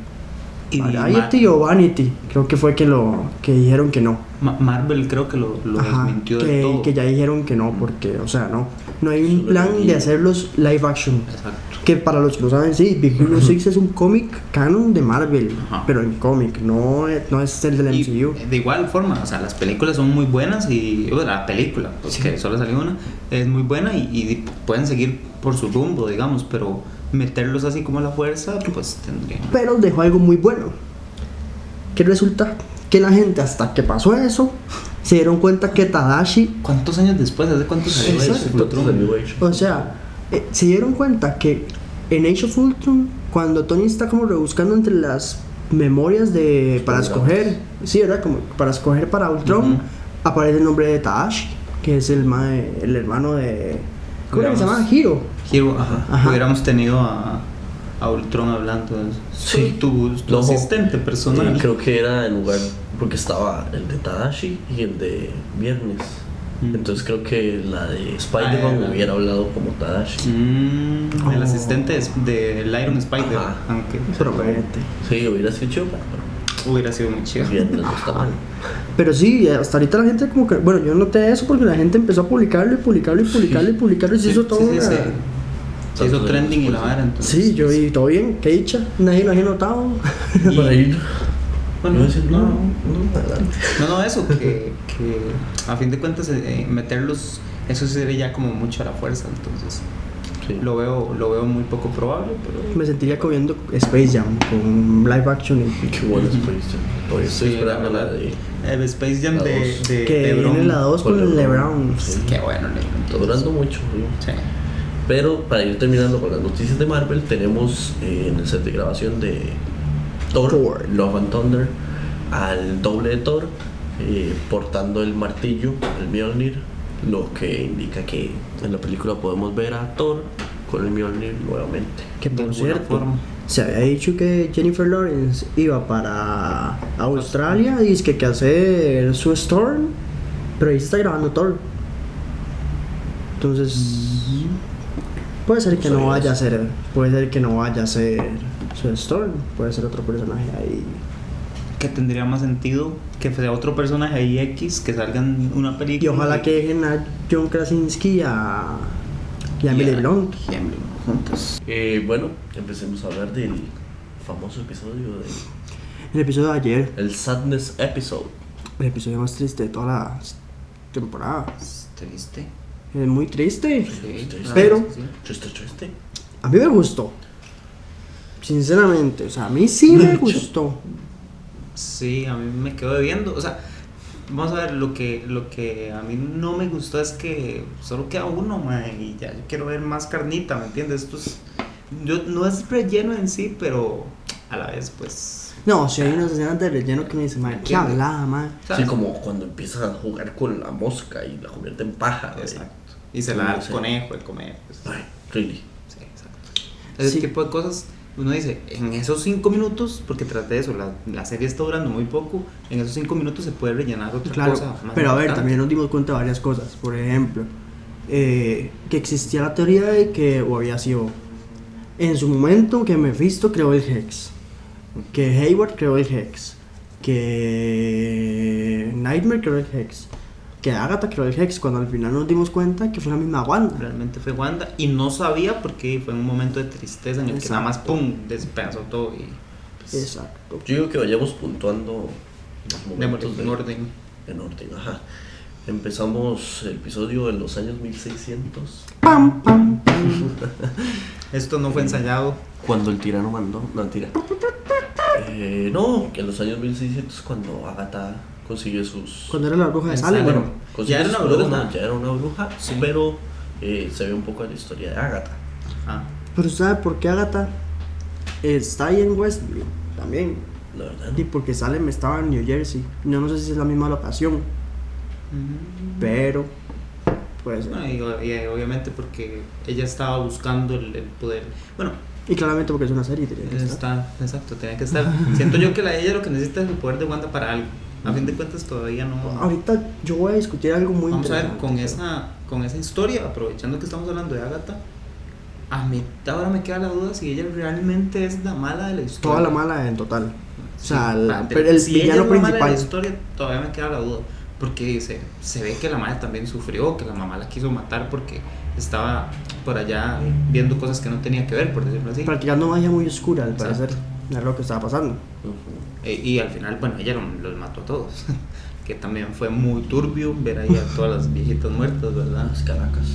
Speaker 3: Y
Speaker 2: Variety
Speaker 3: Mar-
Speaker 2: o Vanity, creo que fue que lo que dijeron que no.
Speaker 3: Ma- Marvel creo que lo, lo
Speaker 2: Ajá,
Speaker 3: desmintió
Speaker 2: que,
Speaker 3: del todo.
Speaker 2: que ya dijeron que no, porque, o sea, no. No hay un
Speaker 1: Solo
Speaker 2: plan de
Speaker 1: leí.
Speaker 2: hacerlos live action.
Speaker 3: Exacto.
Speaker 2: Que para los que no saben, sí, Big Hero 6 es un cómic canon de Marvel,
Speaker 3: Ajá.
Speaker 2: pero en cómic, no, es- no es el del
Speaker 3: Y,
Speaker 2: MCU.
Speaker 3: eh, de igual forma, o sea, las películas son muy buenas y bueno, la película, pues, que solo salió una, es muy buena y, y pueden seguir por su rumbo, digamos, pero meterlos así como a la fuerza, pues tendría.
Speaker 2: Pero dejó algo muy bueno. Que resulta que la gente, hasta que pasó eso, se dieron cuenta que Tadashi,
Speaker 3: ¿Cuántos años después? ¿Hace cuántos salió
Speaker 2: Exacto.
Speaker 3: Age of Ultron?
Speaker 2: o sea, eh, se dieron cuenta que en Age of Ultron, cuando Tony está como rebuscando entre las memorias de para escoger, sí, era como para escoger para Ultron,
Speaker 3: Ujú.
Speaker 2: aparece el nombre de Tadashi, que es el, mae- el hermano de. ¿Cómo era que se
Speaker 3: Digamos.
Speaker 2: llama? Hiro.
Speaker 3: Hero, ajá.
Speaker 2: Ajá.
Speaker 3: Hubiéramos tenido a, a Ultron hablando. Soy
Speaker 1: Sí.
Speaker 3: tu, tu
Speaker 1: Lobo.
Speaker 3: asistente personal.
Speaker 1: creo que era en lugar, porque estaba el de Tadashi y el de Viernes.
Speaker 3: Mm.
Speaker 1: Entonces creo que la de Spider-Man
Speaker 3: Ah, era.
Speaker 1: hubiera hablado como Tadashi.
Speaker 3: Mm, el
Speaker 2: Oh.
Speaker 3: asistente es- del Iron Spider.
Speaker 1: Ajá.
Speaker 3: Aunque
Speaker 2: Probablemente.
Speaker 1: Sí, hubiera sido chido, pero
Speaker 3: hubiera sido muy chido.
Speaker 1: Viernes no está mal.
Speaker 2: Pero sí, hasta ahorita la gente como que, bueno, yo noté eso porque la gente empezó a publicarlo y publicarlo y publicarlo y publicarlo y Pues se
Speaker 3: Sí,
Speaker 2: hizo todo
Speaker 3: sí, sí, sí.
Speaker 2: una-
Speaker 3: Se hizo
Speaker 1: Tanto de
Speaker 3: trending y la
Speaker 1: después.
Speaker 3: vara, entonces.
Speaker 2: Sí, yo y todo bien, qué dicha, nadie lo había notado.
Speaker 3: Y-
Speaker 1: Para ir.
Speaker 3: Bueno,
Speaker 1: Yo decía,
Speaker 3: no,
Speaker 1: no, no, no, adelante.
Speaker 3: No, no, eso, que, que a fin de cuentas eh, meterlos, eso sería ya como mucho a la fuerza, entonces
Speaker 1: Sí.
Speaker 3: lo veo, lo veo muy poco probable, pero...
Speaker 2: Me sentiría como viendo Space Jam con live action y-
Speaker 1: Qué bueno es Space Jam. Todavía estoy Pues,
Speaker 3: Sí,
Speaker 1: esperando la
Speaker 3: verdad.
Speaker 1: de.
Speaker 3: El Space Jam
Speaker 1: La
Speaker 3: de,
Speaker 1: dos.
Speaker 3: de
Speaker 2: que
Speaker 3: LeBron.
Speaker 2: viene la 2
Speaker 1: con LeBron.
Speaker 2: con LeBron.
Speaker 1: Sí.
Speaker 3: Qué bueno, LeBron.
Speaker 1: Está durando mucho, sí.
Speaker 3: Sí.
Speaker 1: Pero para ir terminando con las noticias de Marvel, tenemos eh, en el set de grabación de Thor,
Speaker 2: Thor.
Speaker 1: Love and Thunder, al doble de Thor eh, portando el martillo, el Mjolnir, lo que indica que en la película podemos ver a Thor con el Mjolnir nuevamente.
Speaker 2: Que
Speaker 3: De
Speaker 2: por
Speaker 3: alguna
Speaker 2: cierto,
Speaker 3: forma.
Speaker 2: se había dicho que Jennifer Lawrence iba para Australia y es que, que hacer su Storm, pero ahí se está grabando Thor. Entonces, puede ser que no
Speaker 1: sabía
Speaker 2: vaya a
Speaker 1: eso.
Speaker 2: ser, puede ser que no vaya a ser su Storm, puede ser otro personaje ahí.
Speaker 3: Que tendría más sentido que sea otro personaje ahí X, que salga en una
Speaker 2: Y
Speaker 3: película.
Speaker 2: ojalá que dejen a John Krasinski y a, y a Emily Blunt.
Speaker 3: Y a Emily Blunt juntos.
Speaker 1: Eh, bueno, empecemos a hablar del famoso episodio de
Speaker 2: El episodio de ayer,
Speaker 1: el Sadness Episode.
Speaker 2: el episodio más triste de toda la temporada.
Speaker 3: ¿Te viste?
Speaker 2: Es muy triste.
Speaker 3: Sí,
Speaker 1: Sí,
Speaker 2: pero-
Speaker 3: claro que sí.
Speaker 1: Chiste, chiste.
Speaker 2: A mí me gustó. Sinceramente, o sea, a mí sí me gustó.
Speaker 3: Sí, a mí me quedo viendo. O sea, vamos a ver, lo que, lo que a mí no me gustó es que solo queda uno, mae, y ya yo quiero ver más carnita, ¿me entiendes? Esto es, yo, no es relleno en sí, pero a la vez, pues.
Speaker 2: No, si hay unas escenas de relleno que me dicen, madre, qué
Speaker 3: Entiendo.
Speaker 2: hablada, madre.
Speaker 3: o sea,
Speaker 1: Sí, como cuando empiezan a jugar con la mosca y la convierte en paja. ¿eh?
Speaker 3: Exacto. Y se la da
Speaker 1: No
Speaker 3: al
Speaker 1: sé.
Speaker 3: conejo, el comer. pues,
Speaker 1: Ay, really.
Speaker 3: sí, exacto. Ese
Speaker 2: Sí.
Speaker 3: tipo de cosas. Uno dice, en esos cinco minutos, porque traté de eso, la, la serie está durando muy poco, en esos cinco minutos se puede rellenar otra
Speaker 2: Claro,
Speaker 3: cosa. más
Speaker 2: pero a ver,
Speaker 3: importante.
Speaker 2: también nos dimos cuenta de varias cosas. Por ejemplo, eh, que existía la teoría de que, o había sido, en su momento que Mephisto creó el Hex, que Hayward creó el Hex, que Nightmare creó el Hex, que Agatha creó el Hex, cuando al final nos dimos cuenta que fue la misma Wanda.
Speaker 3: Realmente fue Wanda y no sabía porque fue un momento de tristeza en el que
Speaker 2: Exacto.
Speaker 3: nada más pum despedazó todo y pues,
Speaker 2: Exacto.
Speaker 1: Yo digo que vayamos puntuando los momentos
Speaker 3: démosle un
Speaker 1: de-
Speaker 3: orden.
Speaker 1: en orden, ajá. Empezamos el episodio en los años 1600,
Speaker 2: Pam, pam,
Speaker 3: Mm. Esto no fue ensayado.
Speaker 1: cuando el tirano mandó. No, mentira. Eh, no, que en los años 1600, cuando Agatha consigue sus.
Speaker 2: Cuando era la bruja de
Speaker 3: En
Speaker 2: Salem.
Speaker 3: Salem.
Speaker 1: Bueno, consigue
Speaker 3: Ya era
Speaker 1: sus
Speaker 3: una
Speaker 1: poderes,
Speaker 3: bruja.
Speaker 1: no, ya era una bruja,
Speaker 3: Sí.
Speaker 1: pero eh, se ve un poco de la historia de Agatha.
Speaker 3: Ah,
Speaker 2: Pero ¿sabe por qué Agatha está ahí en Westview? También.
Speaker 1: La verdad.
Speaker 2: Y porque Salem estaba en New Jersey. No, no sé si es la misma locación, pero pues
Speaker 3: Bueno, y, o- y obviamente porque ella estaba buscando el, el poder. Bueno,
Speaker 2: Y claramente porque es una serie. tenía que estar.
Speaker 3: está, exacto, tenía que estar. Siento yo que la ella lo que necesita es el poder de Wanda para algo. A fin de cuentas todavía no.
Speaker 2: Ahorita yo voy a discutir algo muy
Speaker 3: Vamos a ver,
Speaker 2: interesante.
Speaker 3: con esa, con esa historia, aprovechando que estamos hablando de Agatha, a mí ahora me queda la duda si ella realmente es la mala de la historia.
Speaker 2: Toda la mala en total. O sea,
Speaker 3: Sí,
Speaker 2: la-
Speaker 3: ah,
Speaker 2: pero el
Speaker 3: si
Speaker 2: villano
Speaker 3: ella es la mala de la
Speaker 2: principal.
Speaker 3: historia, todavía me queda la duda. Porque dice, se ve que la madre también sufrió, que la mamá la quiso matar porque estaba por allá viendo cosas que no tenía que ver, por decirlo así.
Speaker 2: Practicando magia muy oscura, al
Speaker 3: Exacto.
Speaker 2: parecer. Era lo que estaba pasando.
Speaker 1: Ujú.
Speaker 3: E- y al final, bueno, ella lo- los mató a todos. que también fue muy turbio ver ahí a todas las viejitas muertas, ¿verdad?
Speaker 1: Las Caracas.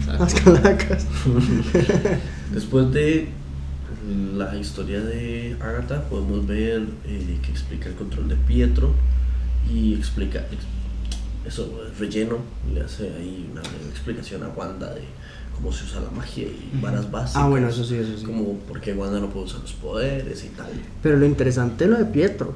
Speaker 3: Exacto.
Speaker 2: Las calacas.
Speaker 1: Después de la historia de Agatha podemos ver eh, que explica el control de Pietro y explica ex- eso, el relleno, le hace ahí una breve explicación a Wanda de cómo se usa la magia y varas básicas.
Speaker 2: Ah, bueno, eso sí, eso sí.
Speaker 1: Como por qué Wanda no puede usar los poderes y tal.
Speaker 2: Pero lo interesante es lo de Pietro.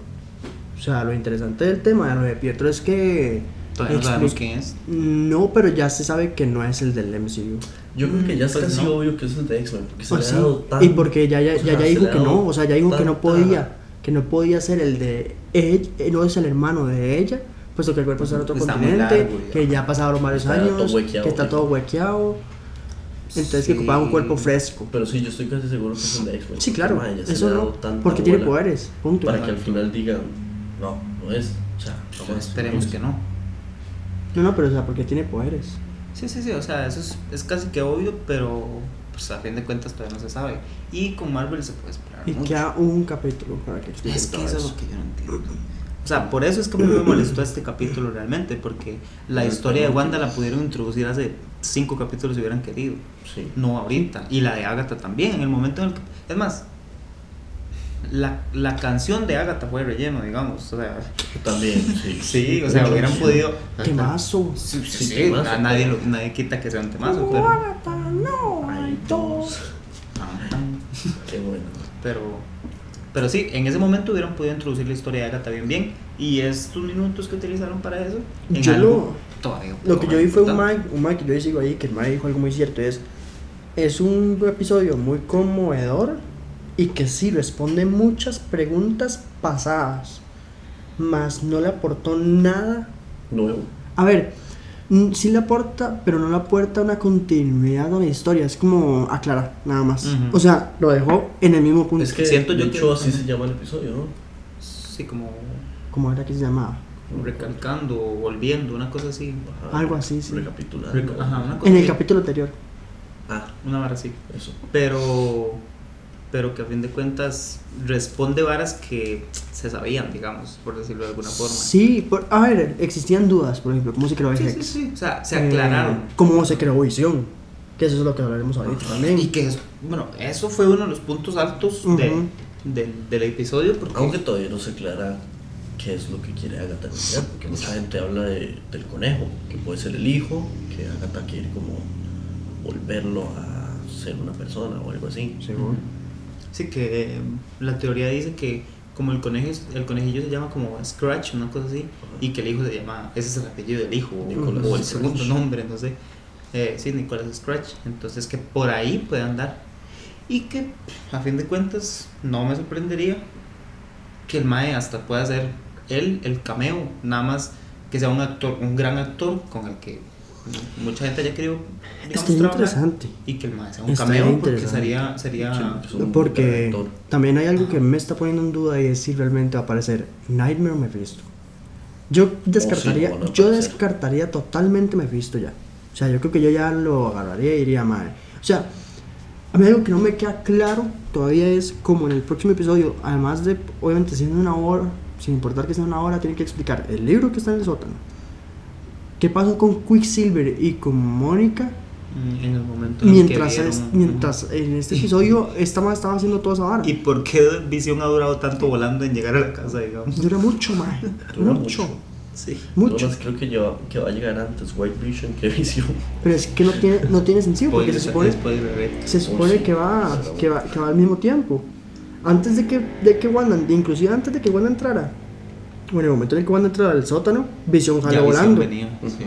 Speaker 2: O sea, lo interesante del tema de lo de Pietro es que.
Speaker 3: Todavía no sabemos
Speaker 2: expli-
Speaker 3: quién es.
Speaker 2: No, pero ya se sabe que no es el del MCU.
Speaker 1: Yo
Speaker 2: Mm,
Speaker 1: creo que ya es
Speaker 3: pues
Speaker 1: casi
Speaker 3: no.
Speaker 1: obvio que es el de X-Men, porque se
Speaker 2: O
Speaker 1: le ha
Speaker 2: Pues sí,
Speaker 1: dado tan-
Speaker 2: Y porque ya, ya,
Speaker 1: o
Speaker 2: ya,
Speaker 1: sea,
Speaker 2: ya
Speaker 1: se
Speaker 2: dijo
Speaker 1: le ha
Speaker 2: que
Speaker 1: dado
Speaker 2: no, o sea, ya dijo que no
Speaker 1: tanta-
Speaker 2: podía. Que no podía ser el de. él, eh, no es el hermano de ella, puesto que el cuerpo está en otro
Speaker 3: Está muy
Speaker 2: continente,
Speaker 3: largo ya.
Speaker 2: que ya pasaron varios
Speaker 1: Está todo
Speaker 2: años,
Speaker 1: huequeado,
Speaker 2: que está
Speaker 1: ya.
Speaker 2: todo huequeado. Entonces
Speaker 3: Sí. este
Speaker 2: que ocupaba un cuerpo fresco.
Speaker 1: Pero sí, yo estoy casi seguro que es el de X-Men.
Speaker 2: Sí,
Speaker 1: porque,
Speaker 2: claro.
Speaker 1: madre, ya se
Speaker 2: Eso
Speaker 1: le ha dado
Speaker 2: no.
Speaker 1: tanta
Speaker 2: Porque tiene
Speaker 1: bola.
Speaker 2: poderes. Punto.
Speaker 1: para que al final digan, no, no es. O sea, no
Speaker 3: Entonces,
Speaker 1: es,
Speaker 3: esperemos
Speaker 1: no
Speaker 3: que
Speaker 1: es.
Speaker 3: no.
Speaker 2: No, no, pero o sea, porque tiene poderes.
Speaker 3: Sí, sí, sí, o sea, eso es, es casi que obvio, pero pues a fin de cuentas todavía no se sabe. Y con Marvel se puede esperar
Speaker 2: Y
Speaker 3: mucho.
Speaker 2: queda un capítulo para que expliquen
Speaker 3: Es que
Speaker 2: todo
Speaker 3: eso es
Speaker 2: eso.
Speaker 3: lo que yo no entiendo. O sea, por eso es que a mí me molestó este capítulo realmente, porque la historia de Wanda la pudieron introducir hace cinco capítulos si hubieran querido,
Speaker 1: Sí.
Speaker 3: no ahorita. Y la de Agatha también, en el momento en el que... Es más, la, la canción de Agatha fue relleno, digamos. O sea,
Speaker 1: También, sí.
Speaker 3: sí, o sea,
Speaker 1: Mucho
Speaker 3: hubieran
Speaker 1: sí.
Speaker 3: podido...
Speaker 2: Temazo.
Speaker 3: Sí, sí,
Speaker 1: Sí,
Speaker 3: sí,
Speaker 1: temazo.
Speaker 3: a nadie, lo- nadie quita que sea un temazo, pero...
Speaker 1: Ay, dos. Qué bueno.
Speaker 3: Pero, pero sí, en ese momento hubieran podido introducir la historia de Agatha bien bien. Y estos minutos que utilizaron para eso, en
Speaker 2: Yo
Speaker 3: algo todavía
Speaker 2: Lo que yo vi fue un
Speaker 3: mal
Speaker 2: Mike, un Mike que yo sigo ahí, que el Mike dijo algo muy cierto, es, es un episodio muy conmovedor y que sí responde muchas preguntas pasadas, mas no le aportó nada.
Speaker 1: Nuevo.
Speaker 2: A ver, mm, sí le aporta, pero no le aporta una continuidad a la historia, es como aclarar, nada más.
Speaker 3: Ujú.
Speaker 2: O sea, lo dejó en el mismo punto.
Speaker 1: Es que,
Speaker 3: Siento
Speaker 1: de
Speaker 3: yo que-
Speaker 1: hecho, así se llama el episodio, ¿no?
Speaker 3: Sí, como
Speaker 2: ¿Cómo era que se llamaba?
Speaker 3: recalcando o volviendo, una cosa así.
Speaker 1: Ajá.
Speaker 2: Algo así, sí.
Speaker 1: Recapitulando.
Speaker 3: Reca- Ajá, una cosa
Speaker 2: En el
Speaker 3: así.
Speaker 2: capítulo anterior.
Speaker 1: Ah,
Speaker 3: Una barra así.
Speaker 1: eso.
Speaker 3: Pero, pero que a fin de cuentas responde varas que se sabían, digamos, por decirlo de alguna forma.
Speaker 2: Sí, por- a ver, existían dudas, por ejemplo, cómo se creó el
Speaker 3: sí, sí, sí. O sea, se
Speaker 2: Eh,
Speaker 3: aclararon. Ah,
Speaker 2: cómo se creó Visión. Que eso es lo que hablaremos ahorita también.
Speaker 3: Y que, es- bueno, eso fue uno de los puntos altos de-
Speaker 2: Ujú.
Speaker 3: del, del episodio. Porque
Speaker 1: Aunque todavía no se aclara qué es lo que quiere Agatha en realidad, porque mucha gente habla de- del conejo, que puede ser el hijo, que Agatha quiere como volverlo a ser una persona o algo así.
Speaker 2: Según.
Speaker 3: Sí, que eh, la teoría dice que como el conejo, es- el conejillo se llama como Scratch, una cosa así, y que el hijo se llama, ese es el apellido del hijo, o-
Speaker 1: Nicolás
Speaker 3: o
Speaker 1: Scratch.
Speaker 3: el segundo nombre, no sé. Eh, sí, Nicolás Scratch. Entonces que por ahí puede andar. Y que a fin de cuentas no me sorprendería que el Mae hasta pueda ser él el cameo, nada más que sea un actor, un gran actor con el que mucha gente haya querido
Speaker 2: Es
Speaker 3: digamos,
Speaker 2: que es
Speaker 3: trabajar,
Speaker 2: interesante.
Speaker 3: y que el Mae sea un
Speaker 2: Está
Speaker 3: cameo porque
Speaker 2: interesante.
Speaker 3: sería sería
Speaker 1: Sí, es pues, un
Speaker 2: Porque
Speaker 1: gran actor.
Speaker 2: también hay algo que me está poniendo en duda y es si realmente va a aparecer Nightmare o Mephisto. Yo descartaría,
Speaker 1: Oh, sí, van a
Speaker 2: yo
Speaker 1: aparecer.
Speaker 2: descartaría totalmente Mephisto ya. O sea, yo creo que yo ya lo agarraría y iría mal. O sea, a mí algo que no me queda claro todavía es como en el próximo episodio, además de obviamente siendo una hora, sin importar que sea una hora, tiene que explicar el libro que está en el sótano. ¿Qué pasó con Quicksilver y con Mónica?
Speaker 3: Mm, en el momento en el que
Speaker 2: Mientras,
Speaker 3: vieron-
Speaker 2: es- mientras en este episodio esta madre estaba haciendo toda esa vara.
Speaker 3: y por qué Visión ha durado tanto volando en llegar a la casa digamos
Speaker 2: Dura mucho, mae.
Speaker 1: Dura
Speaker 2: mucho.
Speaker 1: mucho.
Speaker 3: sí
Speaker 2: Mucho.
Speaker 1: Además, creo que, lleva- que va a llegar antes White Vision que Vision.
Speaker 2: Pero es que no tiene, no tiene sentido porque
Speaker 3: Pues,
Speaker 2: se supone, se supone que, va, que va que va al mismo tiempo. Antes de que, de que Wanda, de- inclusive antes de que Wanda entrara. Bueno, en el momento en el que Wanda entrara al sótano, Vision
Speaker 3: ya
Speaker 2: jala
Speaker 3: volando
Speaker 2: volando.
Speaker 3: venía, sí.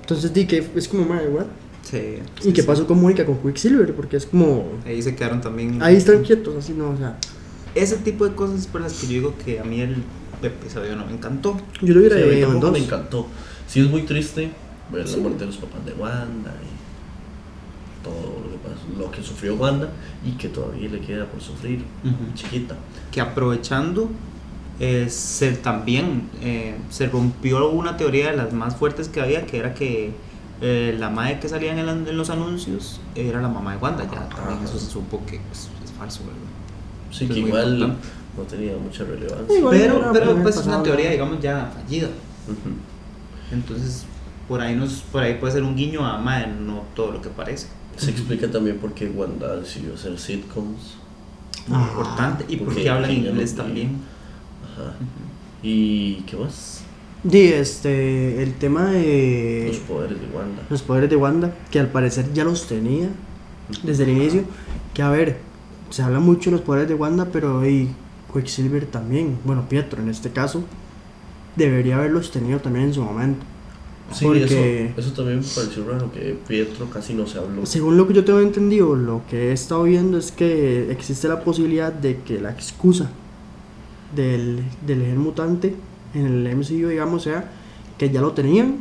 Speaker 2: Entonces di que es como, mae, what?
Speaker 3: Sí,
Speaker 2: ¿Y
Speaker 3: sí,
Speaker 2: qué
Speaker 3: sí.
Speaker 2: pasó con Mónica con Quicksilver? Porque es como.
Speaker 3: ahí se quedaron también
Speaker 2: Ahí están quietos, así no, o sea.
Speaker 3: ese tipo de cosas por las que yo digo que a mí el episodio no me encantó
Speaker 2: Yo lo hubiera
Speaker 1: Sí, a mí
Speaker 2: dividido en
Speaker 1: tampoco
Speaker 2: dos.
Speaker 1: me encantó. Sí, es muy triste ver la muerte de los papás de Wanda y todo lo que pasó, lo que sufrió Wanda y que todavía le queda por sufrir,
Speaker 3: Ujú.
Speaker 1: chiquita.
Speaker 3: que aprovechando eh, se también eh, se rompió una teoría de las más fuertes que había que era que eh, la madre que salía en, el an- en los anuncios era la mamá de Wanda
Speaker 1: Ah,
Speaker 3: ya también eso se supo que pues, es falso ¿verdad?
Speaker 1: Sí,
Speaker 3: Es
Speaker 1: que
Speaker 3: muy
Speaker 1: igual
Speaker 3: importante.
Speaker 1: no tenía mucha relevancia.
Speaker 2: Igual
Speaker 3: pero
Speaker 2: no,
Speaker 3: pero
Speaker 2: no,
Speaker 3: pues
Speaker 2: no
Speaker 3: es una
Speaker 2: pasaba
Speaker 3: teoría
Speaker 2: nada.
Speaker 3: digamos ya fallida
Speaker 1: Ujú.
Speaker 3: entonces por ahí nos por ahí puede ser un guiño a madre no todo lo que parece
Speaker 1: Se explica también por qué Wanda decidió hacer sitcoms
Speaker 2: Ah,
Speaker 3: muy importante. Y porque
Speaker 1: ok,
Speaker 3: hablan
Speaker 1: ok, ya lo
Speaker 3: inglés
Speaker 1: vi.
Speaker 3: también.
Speaker 1: Ajá. ¿Y qué más?
Speaker 2: Di, este, el tema de...
Speaker 1: Los poderes de Wanda.
Speaker 2: los poderes de Wanda, que al parecer ya los tenía desde el inicio. Que a ver, se habla mucho de los poderes de Wanda, pero y Quicksilver también, bueno, Pietro en este caso, debería haberlos tenido también en su momento.
Speaker 1: Sí,
Speaker 2: Porque-
Speaker 1: eso, eso también me pareció raro, que Pietro casi no se habló.
Speaker 2: Según lo que yo tengo entendido, lo que he estado viendo es que existe la posibilidad de que la excusa del, del gen mutante en el MCU, digamos, sea que ya lo tenían,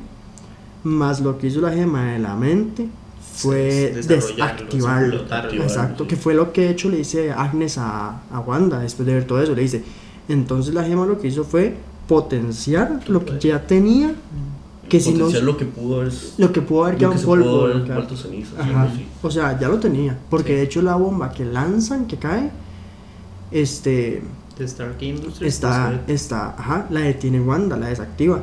Speaker 2: más lo que hizo la gema de la mente fue
Speaker 3: Des- desarrollarlo,
Speaker 2: desactivarlo.
Speaker 3: explotarlo.
Speaker 1: Activarlo,
Speaker 2: Exacto,
Speaker 1: sí.
Speaker 2: que fue lo que de hecho le dice Agnes a, a Wanda después de ver todo eso. Le dice, entonces la gema lo que hizo fue potenciar lo que ya tenía, que si no,
Speaker 1: Potenciar lo que pudo haber.
Speaker 2: lo que pudo haber
Speaker 1: Lo
Speaker 2: quedado
Speaker 1: que
Speaker 2: en
Speaker 1: se pudo
Speaker 2: polvo.
Speaker 1: haber
Speaker 2: claro.
Speaker 1: vuelto cenizas.
Speaker 2: Ajá.
Speaker 1: algo así.
Speaker 2: O sea, ya lo tenía. Porque
Speaker 1: Sí.
Speaker 2: de hecho la bomba que lanzan, que cae, este
Speaker 3: De Stark Industries. pues,
Speaker 2: está, está, ajá, la detiene Wanda, la desactiva.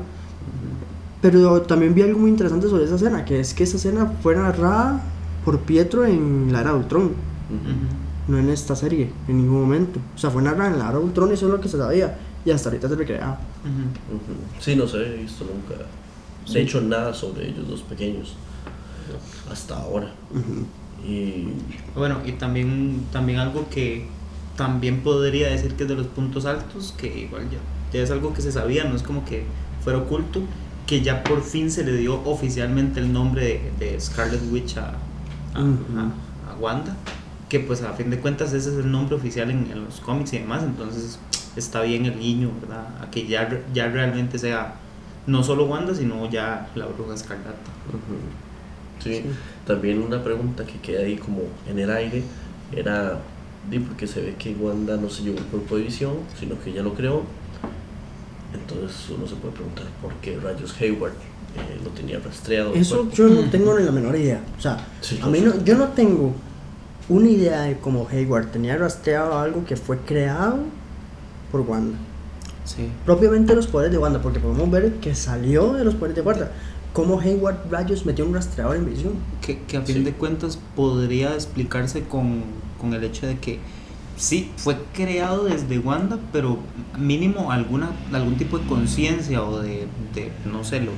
Speaker 2: Pero también vi algo muy interesante sobre esa escena, que es que esa escena fue narrada por Pietro en la era de Ultron,
Speaker 1: Ujú.
Speaker 3: Ujú.
Speaker 2: no en esta serie, en ningún momento. O sea, fue narrada en la era de Ultron y eso es lo que se sabía. Y hasta ahorita se recreaba.
Speaker 3: Ujú.
Speaker 1: Ujú. Sí, no sé, he visto nunca. No he hecho nada sobre ellos dos pequeños. Hasta ahora. Y.
Speaker 3: Bueno, y también, también algo que también podría decir que es de los puntos altos, que igual ya, ya es algo que se sabía, no es como que fuera oculto, que ya por fin se le dio oficialmente el nombre de, de Scarlet Witch a, a-
Speaker 2: Ujú.
Speaker 3: a- a Wanda, que pues a fin de cuentas ese es el nombre oficial en, en los cómics y demás, entonces está bien el niño, ¿verdad? A que ya, re- ya realmente sea no solo Wanda, sino ya la bruja escarlata.
Speaker 1: Ujú. Sí. También una pregunta que queda ahí como en el aire era, di, porque se ve que Wanda no se llevó el cuerpo de visión, sino que ella lo creó. Entonces uno se puede preguntar por qué rayos Hayward eh, lo tenía rastreado. el
Speaker 2: Eso
Speaker 1: cuerpo.
Speaker 2: yo no tengo ni la menor idea. O sea,
Speaker 1: Pues, mm. Sí,
Speaker 2: a mí no, yo no tengo una idea de cómo Hayward tenía rastreado algo que fue creado por Wanda.
Speaker 3: Sí.
Speaker 2: Propiamente los poderes de Wanda, porque podemos ver que salió de los poderes de Wanda. Cómo Hayward Rayos metió un rastreador en visión.
Speaker 3: que, que a
Speaker 1: Sí.
Speaker 3: fin de cuentas podría explicarse con, con el hecho de que sí, fue creado desde Wanda, pero mínimo alguna, algún tipo de conciencia o de, de, no sé, los,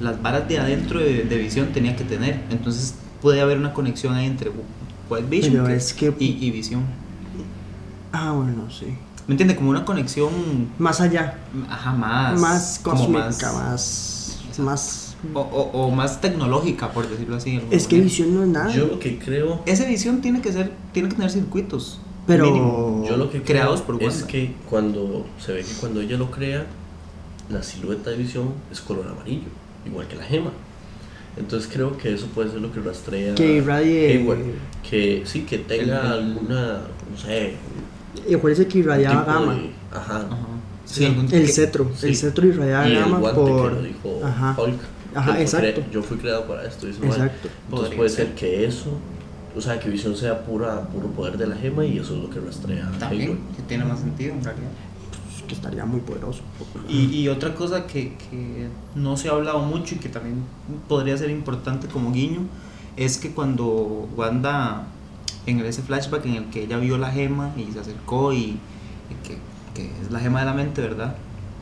Speaker 3: las varas de adentro de, de visión tenía que tener. Entonces puede haber una conexión ahí entre White Vision
Speaker 2: Pero
Speaker 3: que-
Speaker 2: es que-
Speaker 3: y, y visión.
Speaker 2: Ah, bueno, sí.
Speaker 3: ¿Me entiendes? Como una conexión
Speaker 2: Más allá,
Speaker 3: ajá, más,
Speaker 2: más
Speaker 3: como
Speaker 2: cósmica,
Speaker 3: más-
Speaker 2: más. más...
Speaker 3: O, o- o más tecnológica, por decirlo así. de alguna
Speaker 2: Es que
Speaker 3: manera.
Speaker 2: visión no es nada.
Speaker 1: Yo lo que creo,
Speaker 3: Esa visión tiene que ser, tiene que tener circuitos.
Speaker 2: pero.
Speaker 3: mínimo.
Speaker 1: yo lo que
Speaker 3: creados
Speaker 1: creo
Speaker 3: por
Speaker 1: es
Speaker 3: Wanda.
Speaker 1: que cuando se ve que cuando ella lo crea, la silueta de visión es color amarillo, igual que la gema. Entonces creo que eso puede ser lo que rastrea
Speaker 2: Que irradie-
Speaker 1: Hayward. Que sí, que tenga
Speaker 3: El- el-
Speaker 1: alguna, no sé,
Speaker 2: Y parece que irradiaba
Speaker 1: tipo
Speaker 2: gama.
Speaker 1: de- ajá.
Speaker 3: Ajá.
Speaker 1: Sí,
Speaker 3: algún-
Speaker 2: El
Speaker 3: que-
Speaker 2: cetro,
Speaker 1: sí.
Speaker 2: el cetro irradiaba
Speaker 1: Y el
Speaker 2: gama
Speaker 1: guante
Speaker 2: por.
Speaker 1: que lo dijo
Speaker 2: Ajá.
Speaker 1: Hulk.
Speaker 2: Ajá,
Speaker 1: que fue cre-
Speaker 2: exacto.
Speaker 1: Yo fui creado para esto. dice, "Vale".
Speaker 2: Exacto.
Speaker 1: Entonces
Speaker 3: Podría
Speaker 1: puede
Speaker 3: ser.
Speaker 1: ser que eso, o sea, que Visión sea pura, puro poder de la gema y eso es lo que rastrea a Hayward.
Speaker 3: También, que tiene más sentido en realidad.
Speaker 2: que estaría muy poderoso.
Speaker 3: Y, y otra cosa que, que no se ha hablado mucho y que también podría ser importante como guiño es que cuando Wanda, en ese flashback en el que ella vio la gema y se acercó y, y que, que es la gema de la mente, ¿verdad?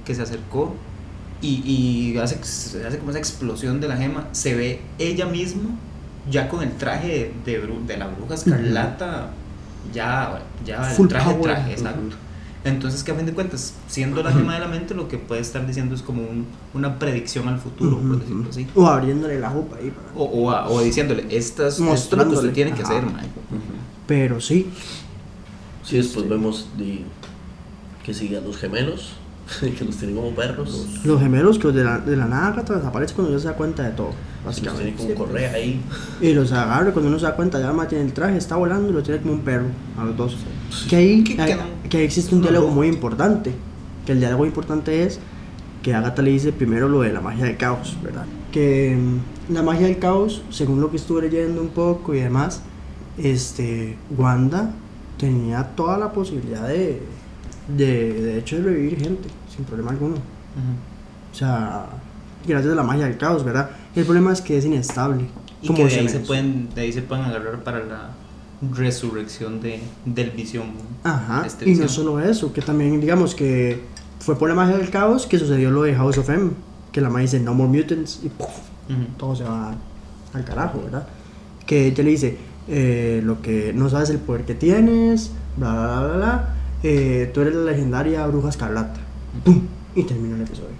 Speaker 3: Que se acercó y, y hace, se hace como esa explosión de la gema, se ve ella misma ya con el traje de, bru- de la bruja escarlata, ya, ya
Speaker 2: Full
Speaker 3: Ah, el traje,
Speaker 2: power.
Speaker 3: traje, exacto.
Speaker 2: Ujú.
Speaker 3: Entonces, que a fin de cuentas, siendo la gema de la mente, lo que puede estar diciendo es como un- una predicción al futuro, por decirlo así.
Speaker 2: O abriéndole la jupa ahí. para-
Speaker 3: O, o, a- o diciéndole, estas, esto es lo que
Speaker 2: Mostrándole.
Speaker 3: usted tiene que
Speaker 2: Ajá.
Speaker 3: hacer, mae.
Speaker 2: Pero sí,
Speaker 1: Sí, después
Speaker 3: Este.
Speaker 1: vemos de- que sigue a los gemelos, que los tiene como perros.
Speaker 2: los gemelos que de la, de la nada Cata, desaparecen cuando uno se da cuenta de todo.
Speaker 1: que los tiene
Speaker 2: Básicamente.
Speaker 1: como correa ahí.
Speaker 2: Y los agarra cuando uno se da cuenta, ya más tiene el traje, está volando y lo tiene como un perro a los dos. Que ahí,
Speaker 3: Que-
Speaker 2: ahí-
Speaker 3: que-
Speaker 2: que ahí existe un
Speaker 3: no,
Speaker 2: diálogo
Speaker 3: no.
Speaker 2: muy importante. Que el diálogo importante es que Agatha le dice primero lo de la magia del caos, ¿verdad? Que mm, la magia del caos, según lo que estuve leyendo un poco y demás, este, Wanda tenía toda la posibilidad de, de, de hecho, de revivir gente, sin problema alguno. O sea, gracias a la magia del caos, ¿verdad? El problema es que es inestable.
Speaker 3: Y
Speaker 2: como
Speaker 3: que de ahí,
Speaker 2: se
Speaker 3: se
Speaker 2: me-
Speaker 3: pueden, de ahí se pueden agarrar para la, resurrección de, del visión.
Speaker 2: Ajá.
Speaker 3: Este
Speaker 2: Y no
Speaker 3: Visión.
Speaker 2: solo eso, que también digamos que fue por la magia del caos que sucedió lo de House of M, que la magia dice No More Mutants y ¡puf!
Speaker 3: Ujú.
Speaker 2: todo se va al carajo, ¿verdad? Que ella le dice, eh, lo que no sabes el poder que tienes, bla, bla, bla, bla, eh, tú eres la legendaria bruja escarlata. ¡Pum! Y terminó el episodio.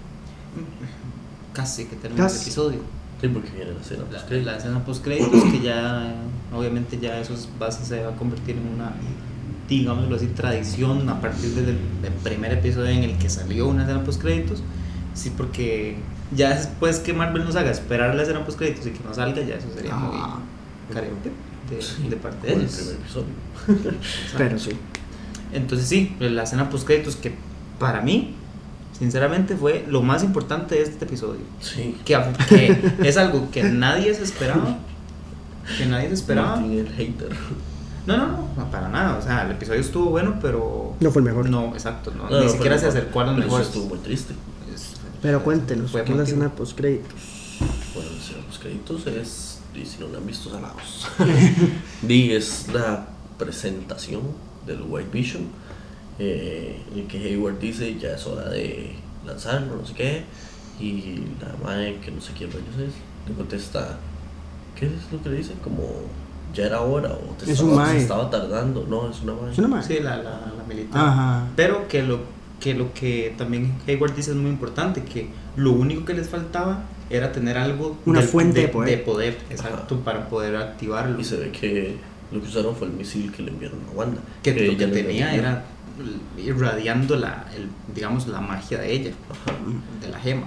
Speaker 3: Casi que termina
Speaker 2: Casi.
Speaker 3: el episodio.
Speaker 1: Sí, porque viene la escena.
Speaker 3: La,
Speaker 1: pues, ¿qué?
Speaker 3: la escena post créditos que ya, obviamente ya eso es- va- se va a convertir en una, digámoslo así, tradición a partir del, del primer episodio en el que salió una escena post créditos. Sí, porque ya después que Marvel nos haga esperar la escena post créditos y que no salga, ya eso sería
Speaker 2: Ah.
Speaker 3: muy carente de,
Speaker 1: Sí,
Speaker 3: de parte de
Speaker 1: como el
Speaker 3: ellos.
Speaker 1: primer episodio.
Speaker 2: Pero sí.
Speaker 3: Entonces sí, pues, la escena post créditos que para mí, sinceramente, fue lo más importante de este episodio
Speaker 1: Sí.
Speaker 3: que, que es algo que nadie se esperaba. Que nadie se esperaba.
Speaker 1: Martín el hater.
Speaker 3: No, no, no, no, para nada. O sea, el episodio estuvo bueno, pero.
Speaker 2: No fue el mejor.
Speaker 3: No, exacto. No,
Speaker 1: No,
Speaker 3: Ah, ni
Speaker 1: no,
Speaker 3: siquiera se
Speaker 1: pero-
Speaker 3: acercó a los
Speaker 1: pero sí
Speaker 3: mejores.
Speaker 1: estuvo muy triste.
Speaker 3: Es-
Speaker 2: Pero cuéntenos, ¿qué
Speaker 3: fue
Speaker 2: es la
Speaker 3: emotivo.
Speaker 2: escena post-créditos?
Speaker 1: Bueno, si los créditos es. Y si no lo han visto, salados. Di es la presentación del White Vision. eh, en el que Hayward dice ya es hora de lanzarlo, no sé qué. Y la madre, que no sé quién rayos es, le contesta: ¿Qué es lo que le dice? Como ya era hora o te
Speaker 2: Es
Speaker 1: estaba,
Speaker 2: un
Speaker 1: se
Speaker 2: mae.
Speaker 1: estaba tardando. No, es una madre.
Speaker 2: ¿Es una Ah. madre?
Speaker 3: Sí, la, la, la militar.
Speaker 2: Ajá.
Speaker 3: Pero que lo, que lo que también Hayward dice es muy importante: que lo único que les faltaba era tener algo.
Speaker 2: Una fuente de poder.
Speaker 3: exacto, para poder activarlo.
Speaker 1: Y se ve que lo que usaron fue el misil que le enviaron a Wanda.
Speaker 3: que lo que
Speaker 1: ella le
Speaker 3: tenía
Speaker 1: envió.
Speaker 3: era irradiando la, el- digamos, la magia de ella,
Speaker 1: Ajá.
Speaker 3: de la gema.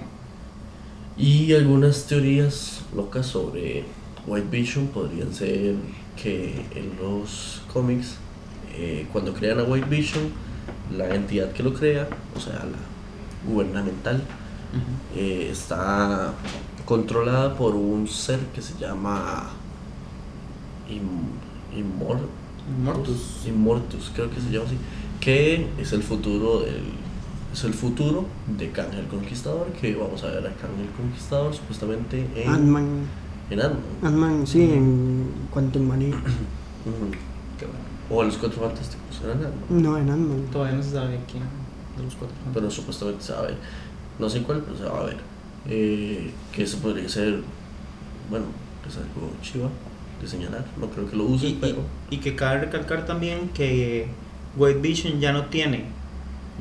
Speaker 1: Y algunas teorías locas sobre White Vision podrían ser que en los cómics, eh, cuando crean a White Vision, la entidad que lo crea, o sea, la gubernamental, eh, está controlada por un ser que se llama Im- Immor-
Speaker 3: Mortus.
Speaker 1: Immortus, creo que se llama así, que es el futuro del es el futuro de Kang el Conquistador, que vamos a ver a Kang el Conquistador supuestamente en
Speaker 2: Ant-Man.
Speaker 1: en Ant-Man.
Speaker 2: Ant-Man, sí, en Quantum Mania.
Speaker 1: Ujú.
Speaker 3: Que bueno,
Speaker 1: O los cuatro fantásticos eran Ant-Man,
Speaker 2: No, en Ant-Man.
Speaker 3: todavía no se sabe quién de los cuatro.
Speaker 1: pero supuestamente se va a ver. No sé cuál, pero se va a ver. Eh, que eso podría ser, bueno, es algo chiva de señalar, no creo que lo
Speaker 3: y,
Speaker 1: use,
Speaker 3: y-
Speaker 1: pero
Speaker 3: y que cabe recalcar también que White Vision ya no tiene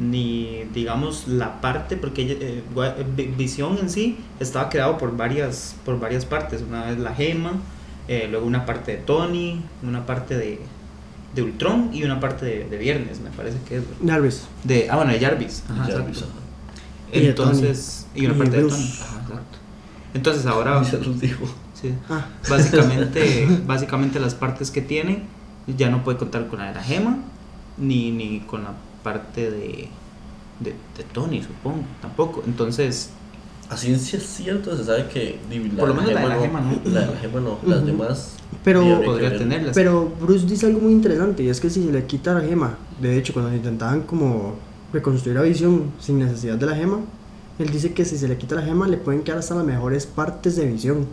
Speaker 3: ni, digamos, la parte, porque ella- eh, Wa- eh, Vi- Visión en sí estaba creado por varias, por varias partes. Una es la gema, eh, luego una parte de Tony, una parte de, de Ultron y una parte de, de Viernes, me parece que es. ¿verdad?
Speaker 2: Jarvis.
Speaker 3: De, ah, bueno, de Jarvis. Ajá,
Speaker 1: ya
Speaker 3: exacto.
Speaker 1: avisa.
Speaker 2: Y de
Speaker 3: Entonces, y, una
Speaker 2: Y
Speaker 3: parte de
Speaker 2: Bruce.
Speaker 3: Tony. Ajá, exacto. Entonces ahora...
Speaker 1: Ya los dijo.
Speaker 3: Sí.
Speaker 2: Ah,
Speaker 3: Básicamente, básicamente las partes que tiene ya no puede contar con la de la gema ni, ni con la parte de, de, de Tony, supongo, tampoco. Entonces,
Speaker 1: A ciencia cierta se sabe que di-
Speaker 3: Por lo menos la de la
Speaker 1: gema
Speaker 3: gema no.
Speaker 1: La de la gema no, las
Speaker 2: Ujú.
Speaker 1: demás.
Speaker 2: Pero-
Speaker 1: di, habría que
Speaker 3: podría
Speaker 1: ver.
Speaker 3: tenerlas.
Speaker 2: Pero Bruce dice algo muy interesante y es que si se le quita la gema, de hecho cuando intentaban como reconstruir la visión sin necesidad de la gema, él dice que si se le quita la gema le pueden quedar hasta las mejores partes de visión,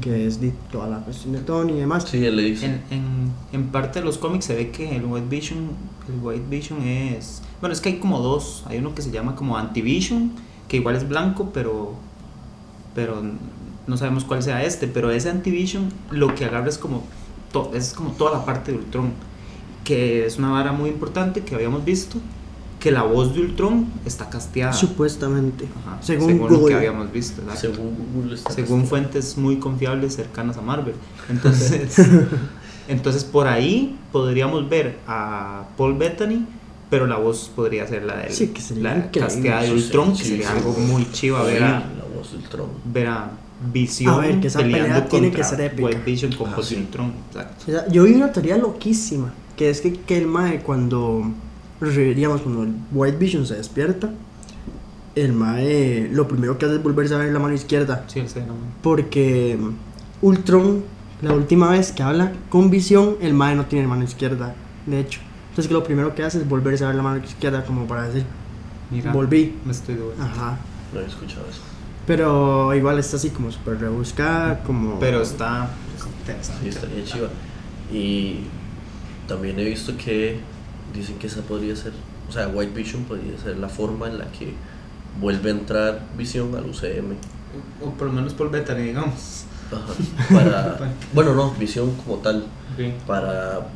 Speaker 2: que es de toda la cuestión de Tony y demás.
Speaker 1: Sí, él le dice.
Speaker 3: en, en, en parte de los cómics se ve que el White Vision, el White Vision es... Bueno, es que hay como dos. Hay uno que se llama como Anti-Vision, que igual es blanco, pero... Pero no sabemos cuál sea este. Pero ese Anti-Vision lo que agarra es como, to- es como toda la parte de Ultron. Que es una vara muy importante que habíamos visto. Que la voz de Ultron está casteada.
Speaker 2: Supuestamente,
Speaker 3: Ajá,
Speaker 2: según,
Speaker 3: lo que
Speaker 2: Google.
Speaker 3: habíamos visto. exacto.
Speaker 1: Según Google está
Speaker 3: Según
Speaker 1: castigado.
Speaker 3: fuentes muy confiables cercanas a Marvel. Entonces, entonces por ahí podríamos ver a Paul Bettany, pero la voz podría ser la de
Speaker 2: Sí, que sería
Speaker 3: la
Speaker 2: increíble.
Speaker 3: casteada de
Speaker 1: Sí,
Speaker 3: Ultron,
Speaker 1: sí,
Speaker 3: que
Speaker 1: sí,
Speaker 3: sería
Speaker 1: sí.
Speaker 3: algo muy chiva
Speaker 1: Oír
Speaker 3: ver a,
Speaker 1: La voz del Tron.
Speaker 3: ver a Visión
Speaker 2: A ver, que esa
Speaker 3: peleando
Speaker 2: pelea tiene que
Speaker 3: contra
Speaker 2: ser épica.
Speaker 3: White Vision con
Speaker 1: Ah,
Speaker 3: Post
Speaker 1: sí.
Speaker 3: Ultron. Exacto.
Speaker 2: O sea, Yo vi una teoría loquísima, que es que, que el Mae cuando, re- digamos, cuando el White Vision se despierta, el Mae lo primero que hace es volverse a ver la mano izquierda.
Speaker 3: Sí, él se llama.
Speaker 2: Porque Ultron, la última vez que habla con visión, el Mae no tiene mano izquierda, de hecho. Entonces que lo primero que hace es volverse a ver la mano izquierda como para decir,
Speaker 3: Mira,
Speaker 2: volví.
Speaker 3: Me estoy de vuelta.
Speaker 2: Ajá.
Speaker 1: No he escuchado eso.
Speaker 2: Pero igual está así como súper rebuscada, como...
Speaker 3: Pero está pues, interesante.
Speaker 1: Sí, estaría chiva. Y También he visto que dicen que esa podría ser, o sea, White Vision podría ser la forma en la que vuelve a entrar Visión al UCM.
Speaker 3: O, o por lo menos por Bethany, digamos.
Speaker 1: Ajá, Para, bueno, no, Visión como tal,
Speaker 3: Ok.
Speaker 1: para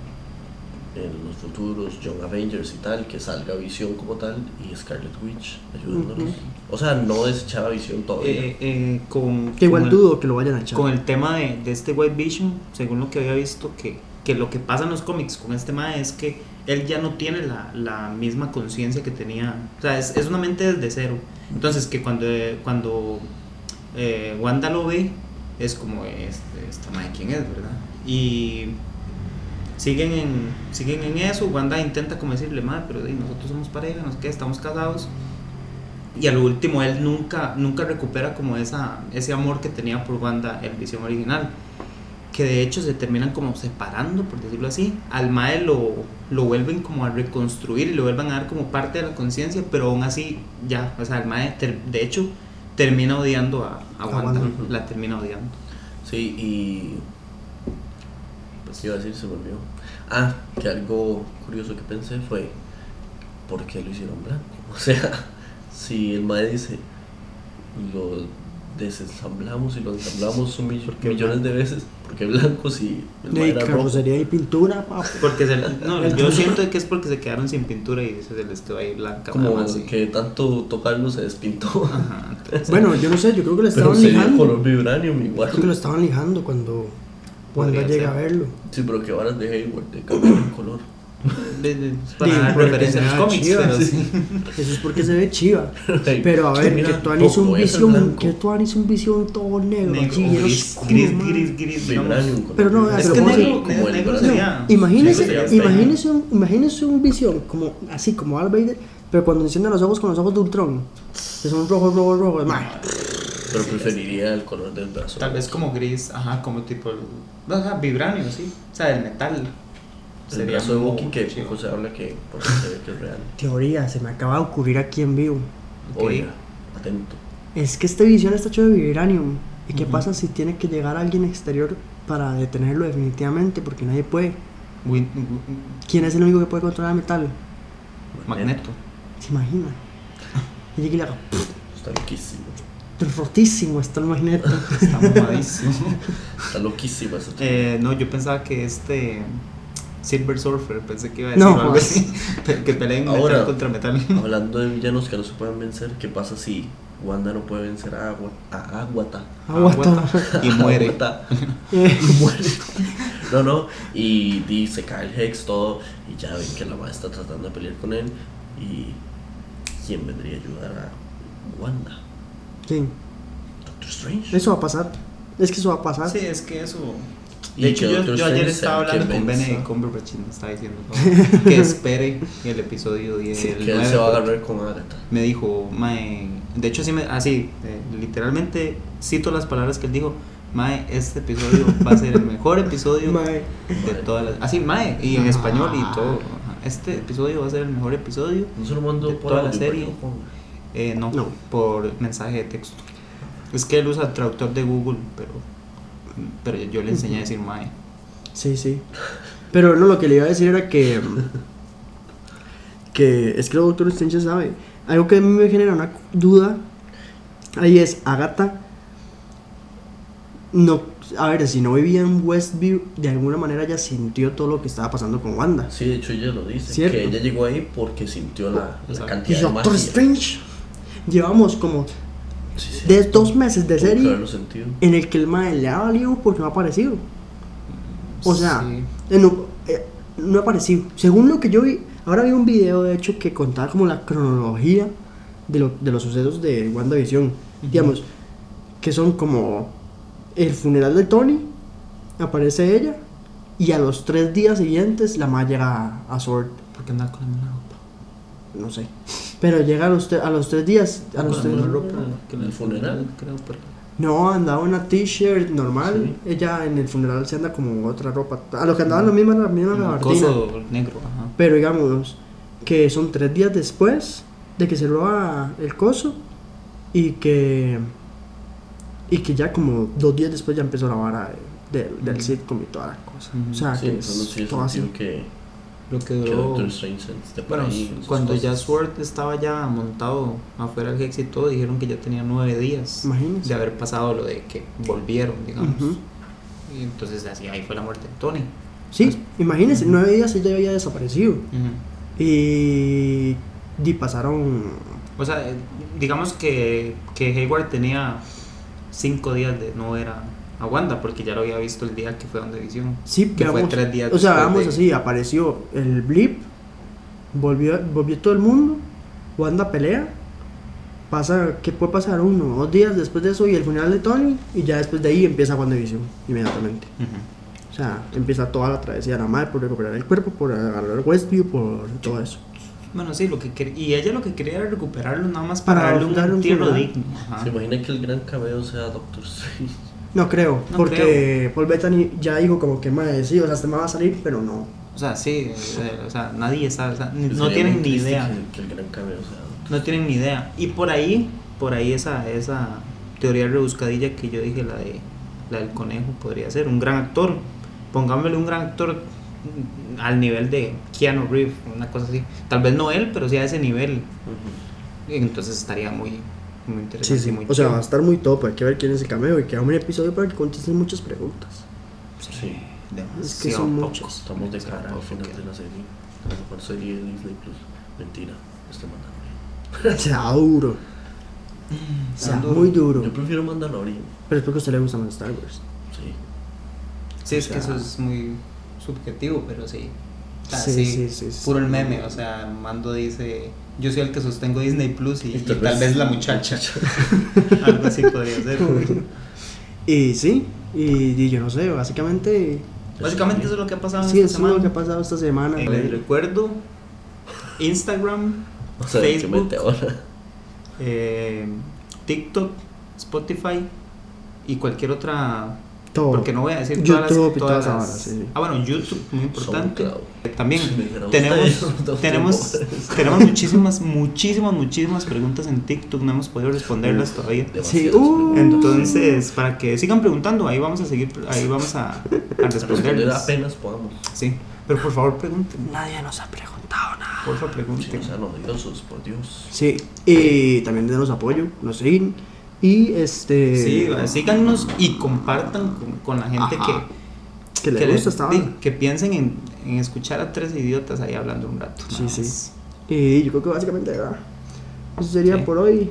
Speaker 1: en los futuros Young Avengers y tal, que salga Visión como tal y Scarlet Witch ayudándonos.
Speaker 2: Ujú.
Speaker 1: O sea, no desechar a Visión todavía.
Speaker 3: Eh, eh, con,
Speaker 2: Que igual
Speaker 3: con el-
Speaker 2: dudo que lo vayan a echar.
Speaker 3: Con el tema de, de este White Vision, según lo que había visto, que, que lo que pasa en los cómics con este tema es que él ya no tiene la, la misma conciencia que tenía. O sea, es, es una mente desde cero. Entonces, que cuando, eh, cuando eh, Wanda lo ve, es como, este, esta madre, ¿quién es, verdad? Y siguen en, siguen en eso. Wanda intenta como decirle, madre, pero di, nosotros somos pareja, nos que estamos casados. Y a lo último, él nunca, nunca recupera como esa, ese amor que tenía por Wanda en visión original. Que de hecho se terminan como separando, por decirlo así. Al Mae lo, lo vuelven como a reconstruir y lo vuelvan a dar como parte de la conciencia, pero aún así ya, o sea, al Mae ter- de hecho termina odiando a, a
Speaker 2: A
Speaker 3: Wanda,
Speaker 2: Wanda.
Speaker 3: la termina odiando.
Speaker 1: Sí, y. Pues iba a decir, se me olvidó. Ah, que algo curioso que pensé fue: ¿por qué lo hicieron blanco? O sea, si el mae dice, lo desensamblamos y lo ensamblamos un mill-
Speaker 3: qué
Speaker 1: millones de veces, ¿por qué blanco si el mae
Speaker 2: De
Speaker 1: era rojo?
Speaker 2: carrocería y pintura, papi.
Speaker 3: Porque se- no, yo siento que es porque se quedaron sin pintura y se les quedó ahí blanca. nada
Speaker 1: Como
Speaker 3: más, sí.
Speaker 1: que tanto tocarlo se despintó.
Speaker 3: Ajá, entonces-
Speaker 2: Bueno, yo no sé, yo creo que lo
Speaker 1: Pero
Speaker 2: estaban
Speaker 1: sería color
Speaker 2: lijando.
Speaker 1: vibranium igual.
Speaker 2: Creo que lo estaban lijando cuando, cuando
Speaker 3: Podría
Speaker 2: llega
Speaker 3: ser.
Speaker 2: a verlo.
Speaker 1: Sí, pero que varas de Hayward de cambiar el color.
Speaker 3: de- de- para
Speaker 2: Sí,
Speaker 3: dar
Speaker 2: porque
Speaker 3: referencia a los
Speaker 2: sea
Speaker 3: cómics,
Speaker 2: chiva,
Speaker 3: pero
Speaker 2: sí.
Speaker 3: sí.
Speaker 2: Eso es porque se ve chiva.
Speaker 1: Ay,
Speaker 2: Pero a
Speaker 1: qué
Speaker 2: ver,
Speaker 1: mira,
Speaker 2: que Tuan hizo un
Speaker 1: poco es el
Speaker 2: visión,
Speaker 1: blanco.
Speaker 2: que Tuan hizo un visión todo negro,
Speaker 3: Negro,
Speaker 2: así, bien
Speaker 3: gris,
Speaker 2: oscuro,
Speaker 3: gris,
Speaker 2: man.
Speaker 3: gris, gris, digamos.
Speaker 1: Vibranium, color
Speaker 2: Pero no,
Speaker 1: vibranium.
Speaker 2: vea,
Speaker 3: Es
Speaker 2: pero
Speaker 3: que
Speaker 2: ¿cómo
Speaker 3: negro,
Speaker 1: Como el
Speaker 3: negro
Speaker 1: Brasil.
Speaker 3: sería.
Speaker 2: Imagínese,
Speaker 1: Sí, eso sería
Speaker 2: imagínese, un, imagínese un visión como, así como Al Vader, pero cuando encienden los ojos con los ojos de Ultron, que son rojos, rojos, rojos, man.
Speaker 1: Pero preferiría el color del brazo.
Speaker 3: Tal vez como gris, ajá, como tipo. el- Ajá, vibranio, sí. O sea, el metal.
Speaker 1: El brazo de
Speaker 3: muy
Speaker 1: Bucky que pues,
Speaker 3: chido.
Speaker 1: poco se habla que porque se ve que es real.
Speaker 2: Teoría, se me acaba de ocurrir aquí en vivo.
Speaker 3: Ok.
Speaker 1: Oiga, atento.
Speaker 2: Es que este visión está hecho de vibranium. ¿Y qué
Speaker 3: Ujú.
Speaker 2: pasa si tiene que llegar alguien exterior para detenerlo definitivamente? Porque nadie puede.
Speaker 3: Win- win-
Speaker 2: ¿Quién es el único que puede controlar el metal?
Speaker 3: Magneto.
Speaker 2: ¿Se imagina? Y llega y le haga,
Speaker 1: Está loquísimo.
Speaker 2: "Pff, rotísimo está el magneto.
Speaker 3: Está mamadísimo.
Speaker 1: Está loquísima esa chica.
Speaker 3: Eh, no, yo pensaba que este. Silver Surfer, pensé que iba a decir
Speaker 2: No,
Speaker 3: algo
Speaker 2: joder.
Speaker 3: así. pe- Que peleen
Speaker 1: Ahora.
Speaker 3: metal contra metal.
Speaker 1: Hablando de villanos que no se pueden vencer, ¿qué pasa si Wanda no puede vencer a Agua, a Aguata?
Speaker 2: Aguanta.
Speaker 3: Y muere.
Speaker 1: Aguata.
Speaker 2: Eh,
Speaker 1: Ah, Muere. No, no. Y, y se cae el Hex, todo. Y ya ven que la madre está tratando de pelear con él. Y ¿quién vendría a ayudar a Wanda?
Speaker 2: sí,
Speaker 1: Doctor Strange.
Speaker 2: eso va a pasar. Es que eso va a pasar.
Speaker 3: Sí, es que eso.
Speaker 1: Y
Speaker 3: De hecho,
Speaker 1: que
Speaker 3: yo,
Speaker 1: Doctor
Speaker 3: yo ayer
Speaker 1: Strange
Speaker 3: estaba
Speaker 1: sea el que
Speaker 3: hablando con
Speaker 1: venza.
Speaker 3: Benedict Cumberbatch y me estaba diciendo ¿no? que espere el episodio 10. el
Speaker 1: Que él
Speaker 3: 9,
Speaker 1: se va a
Speaker 3: porque
Speaker 1: agarrar con Agatha.
Speaker 3: Me dijo, Mae. De hecho, sí me, así, eh, literalmente cito las palabras que él dijo. Mae, este episodio va a ser el mejor episodio
Speaker 2: Mae.
Speaker 3: de todas las. Así, Mae, y en
Speaker 2: Ah.
Speaker 3: español y todo. Ajá, Este episodio va a ser el mejor episodio.
Speaker 1: No se lo mando
Speaker 3: De
Speaker 1: por
Speaker 3: toda la
Speaker 1: audio, para
Speaker 3: serie.
Speaker 1: que lo ponga.
Speaker 3: Eh, no,
Speaker 2: No.
Speaker 3: por mensaje de texto. Es que él usa el traductor de Google, pero, pero yo le enseñé a decir Mae.
Speaker 2: Sí, sí. Pero no, lo que le iba a decir era que. que es que el doctor Strange sabe. Algo que a mí me genera una duda. Ahí es, Agatha. No, a ver, si no vivía en Westview, de alguna manera ya sintió todo lo que estaba pasando con Wanda.
Speaker 1: Sí, de hecho ella lo dice.
Speaker 2: Cierto.
Speaker 1: Que ella llegó ahí porque sintió la, la
Speaker 3: Exacto.
Speaker 2: Y
Speaker 1: cantidad de
Speaker 2: Doctor
Speaker 1: magia.
Speaker 2: Strange. Llevamos como
Speaker 1: Sí, sí.
Speaker 2: de dos meses de
Speaker 1: Tuvo que
Speaker 2: serie
Speaker 1: haberlo sentido.
Speaker 2: en el que el mae le ha valido porque no ha aparecido. O sea,
Speaker 3: Sí.
Speaker 2: eh, no, eh, no ha aparecido. Según lo que yo vi, ahora vi un video de hecho que contaba como la cronología de, lo- de los sucesos de WandaVision. Digamos, que son como el funeral de Tony, aparece ella, y a los tres días siguientes la ma llega a, a Sword,
Speaker 3: Porque andaba con la misma ropa.
Speaker 2: no sé. Pero llega a los, tre- a los tres días, a los
Speaker 3: Con
Speaker 2: tres-
Speaker 3: la misma ropa que en el
Speaker 1: El funeral.
Speaker 3: funeral, creo. Pero...
Speaker 2: No, andaba una t-shirt normal. Ella en el funeral se anda como otra ropa. A lo que andaban lo mismo, era la misma
Speaker 3: Un
Speaker 2: gabardina.
Speaker 3: coso negro, ajá.
Speaker 2: Pero digamos que son tres días después de que se roba el coso y que y que ya como dos días después ya empezó la vara de de- del sitcom y toda la cosa.
Speaker 3: Ujú.
Speaker 2: O sea,
Speaker 1: Mm. Sí,
Speaker 2: que
Speaker 1: entonces
Speaker 2: es
Speaker 1: tiene
Speaker 2: todo así.
Speaker 1: sentido que,
Speaker 3: Lo que
Speaker 1: que
Speaker 3: duró.
Speaker 1: Doctor Strange esté por
Speaker 3: Bueno,
Speaker 1: ahí en sus
Speaker 3: cuando ya
Speaker 1: cosas.
Speaker 3: Sword estaba ya montado afuera del Hex y todo, dijeron que ya tenía nueve días
Speaker 2: Imagínense.
Speaker 3: de haber pasado lo de que volvieron, digamos.
Speaker 2: Ujú.
Speaker 3: Y entonces así ahí fue la muerte de Tony.
Speaker 2: Sí, imagínense, nueve días ella había desaparecido.
Speaker 3: Ujú.
Speaker 2: Y, y pasaron.
Speaker 3: O sea, eh, digamos que, que Hayward tenía cinco días de no ver a, a Wanda, porque ya lo había visto el día que fue donde visión.
Speaker 2: Sí,
Speaker 3: Que fue
Speaker 2: veamos-
Speaker 3: tres días
Speaker 2: O sea,
Speaker 3: después
Speaker 2: vamos
Speaker 3: de-
Speaker 2: así: apareció el blip, volvió, volvió todo el mundo, Wanda pelea. Pasa, ¿qué puede pasar? Uno o dos días después de eso y el funeral de Tony. Y ya después de ahí empieza WandaVision inmediatamente. O sea, empieza toda la travesía de la madre por recuperar el cuerpo, por agarrar Westview, por todo eso.
Speaker 3: Bueno, sí, lo que quer- y ella lo que quería era recuperarlo nada más
Speaker 2: Para
Speaker 3: para, darle un
Speaker 2: darle un
Speaker 3: entierro
Speaker 2: funeral.
Speaker 3: digno. Ajá.
Speaker 1: ¿Se imagina que el gran cabello sea Doctor Strange?
Speaker 2: No creo,
Speaker 3: No
Speaker 2: porque Paul Bettany ya dijo como que madre, sí, o sea, este me va a salir, pero no.
Speaker 3: O sea, sí, eh, o sea, nadie sabe, o sea, ni- no
Speaker 1: Pues Sería
Speaker 3: tienen
Speaker 1: muy
Speaker 3: ni
Speaker 1: triste
Speaker 3: idea.
Speaker 1: Que, que el gran cabello sea Doctor
Speaker 3: No tienen ni idea. Y por ahí, por ahí esa, esa teoría rebuscadilla que yo dije, la de la del conejo, podría ser un gran actor. Pongámosle un gran actor mm, al nivel de Keanu Reeves, una cosa así. Tal vez no él, pero sí a ese nivel. Entonces estaría muy, muy interesante.
Speaker 2: Sí, sí,
Speaker 3: muy
Speaker 2: o sea,
Speaker 3: chido.
Speaker 2: va a estar muy top, hay que ver quién es el cameo y que haga un episodio para que contesten muchas preguntas.
Speaker 1: Sí.
Speaker 2: Es que son
Speaker 3: demasiado
Speaker 2: muchos.
Speaker 3: pocos,
Speaker 1: Estamos de
Speaker 3: demasiado
Speaker 1: cara al
Speaker 3: pocos
Speaker 1: final
Speaker 3: Pues, que-
Speaker 1: de la serie. La mejor serie de Disney Plus. Mentira, estoy Mandalorian.
Speaker 2: Será duro, será
Speaker 3: Tan duro.
Speaker 2: muy duro.
Speaker 1: Yo prefiero Mandalorian.
Speaker 2: Pero es porque a usted le gusta más Star Wars.
Speaker 1: Sí.
Speaker 3: Sí, es
Speaker 2: O sea-
Speaker 3: que eso es muy subjetivo, pero sí. O sea,
Speaker 2: Sí,
Speaker 3: sí,
Speaker 2: sí, sí, sí.
Speaker 3: Puro el meme, o sea, Mando dice, yo soy el que sostengo Disney Plus y, y tal, vez, la muchacha. Algo así podría ser.
Speaker 2: Y sí, y, y yo no sé, básicamente...
Speaker 3: Básicamente eso es lo que ha pasado en
Speaker 2: Sí,
Speaker 3: Ah,
Speaker 2: eso
Speaker 3: esta
Speaker 2: es lo que
Speaker 3: semana.
Speaker 2: ha pasado esta semana.
Speaker 3: Eh, les recuerdo, Instagram,
Speaker 1: O sea,
Speaker 3: Facebook,
Speaker 1: básicamente ahora.
Speaker 3: eh, TikTok, Spotify y cualquier otra...
Speaker 2: Todo.
Speaker 3: Porque no voy a decir
Speaker 2: YouTube y
Speaker 3: todas las... Todas
Speaker 2: todas
Speaker 3: las-
Speaker 2: esas, sí, sí.
Speaker 3: Ah, bueno, YouTube, muy importante.
Speaker 1: SoundCloud.
Speaker 3: También
Speaker 1: Sí, pero
Speaker 3: tenemos,
Speaker 1: ustedes no
Speaker 3: tenemos,
Speaker 1: tienen
Speaker 3: tenemos muchísimas, muchísimas, muchísimas preguntas en TikTok, no hemos podido responderlas todavía.
Speaker 1: Demasiadas
Speaker 2: uh,
Speaker 1: preguntas.
Speaker 3: Entonces, para que sigan preguntando, ahí vamos a seguir, ahí vamos a, a
Speaker 1: responder
Speaker 3: responderlas.
Speaker 1: apenas podamos.
Speaker 3: Sí, pero por favor pregunten,
Speaker 2: Nadie nos ha preguntado nada.
Speaker 3: por
Speaker 1: Sí,
Speaker 3: favor pregunten.
Speaker 1: sean odiosos, por Dios.
Speaker 2: Sí, y también denos apoyo, nos siguen. Y este.
Speaker 3: Sí, eh, síganos y compartan con, con la gente
Speaker 2: Ajá.
Speaker 3: que,
Speaker 2: Que les
Speaker 3: que le-
Speaker 2: gusta esta
Speaker 3: sí,
Speaker 2: banda.
Speaker 3: que piensen en, en escuchar a tres idiotas ahí hablando un rato.
Speaker 2: Sí,
Speaker 3: nada
Speaker 2: sí.
Speaker 3: más.
Speaker 2: Y yo creo que básicamente ¿verdad? eso sería
Speaker 3: Sí.
Speaker 2: por hoy.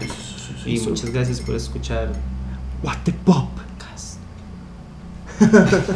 Speaker 1: Sí, sí, sí, sí,
Speaker 3: Y
Speaker 1: sí.
Speaker 3: muchas gracias por escuchar.
Speaker 2: What the pop.
Speaker 3: Cast.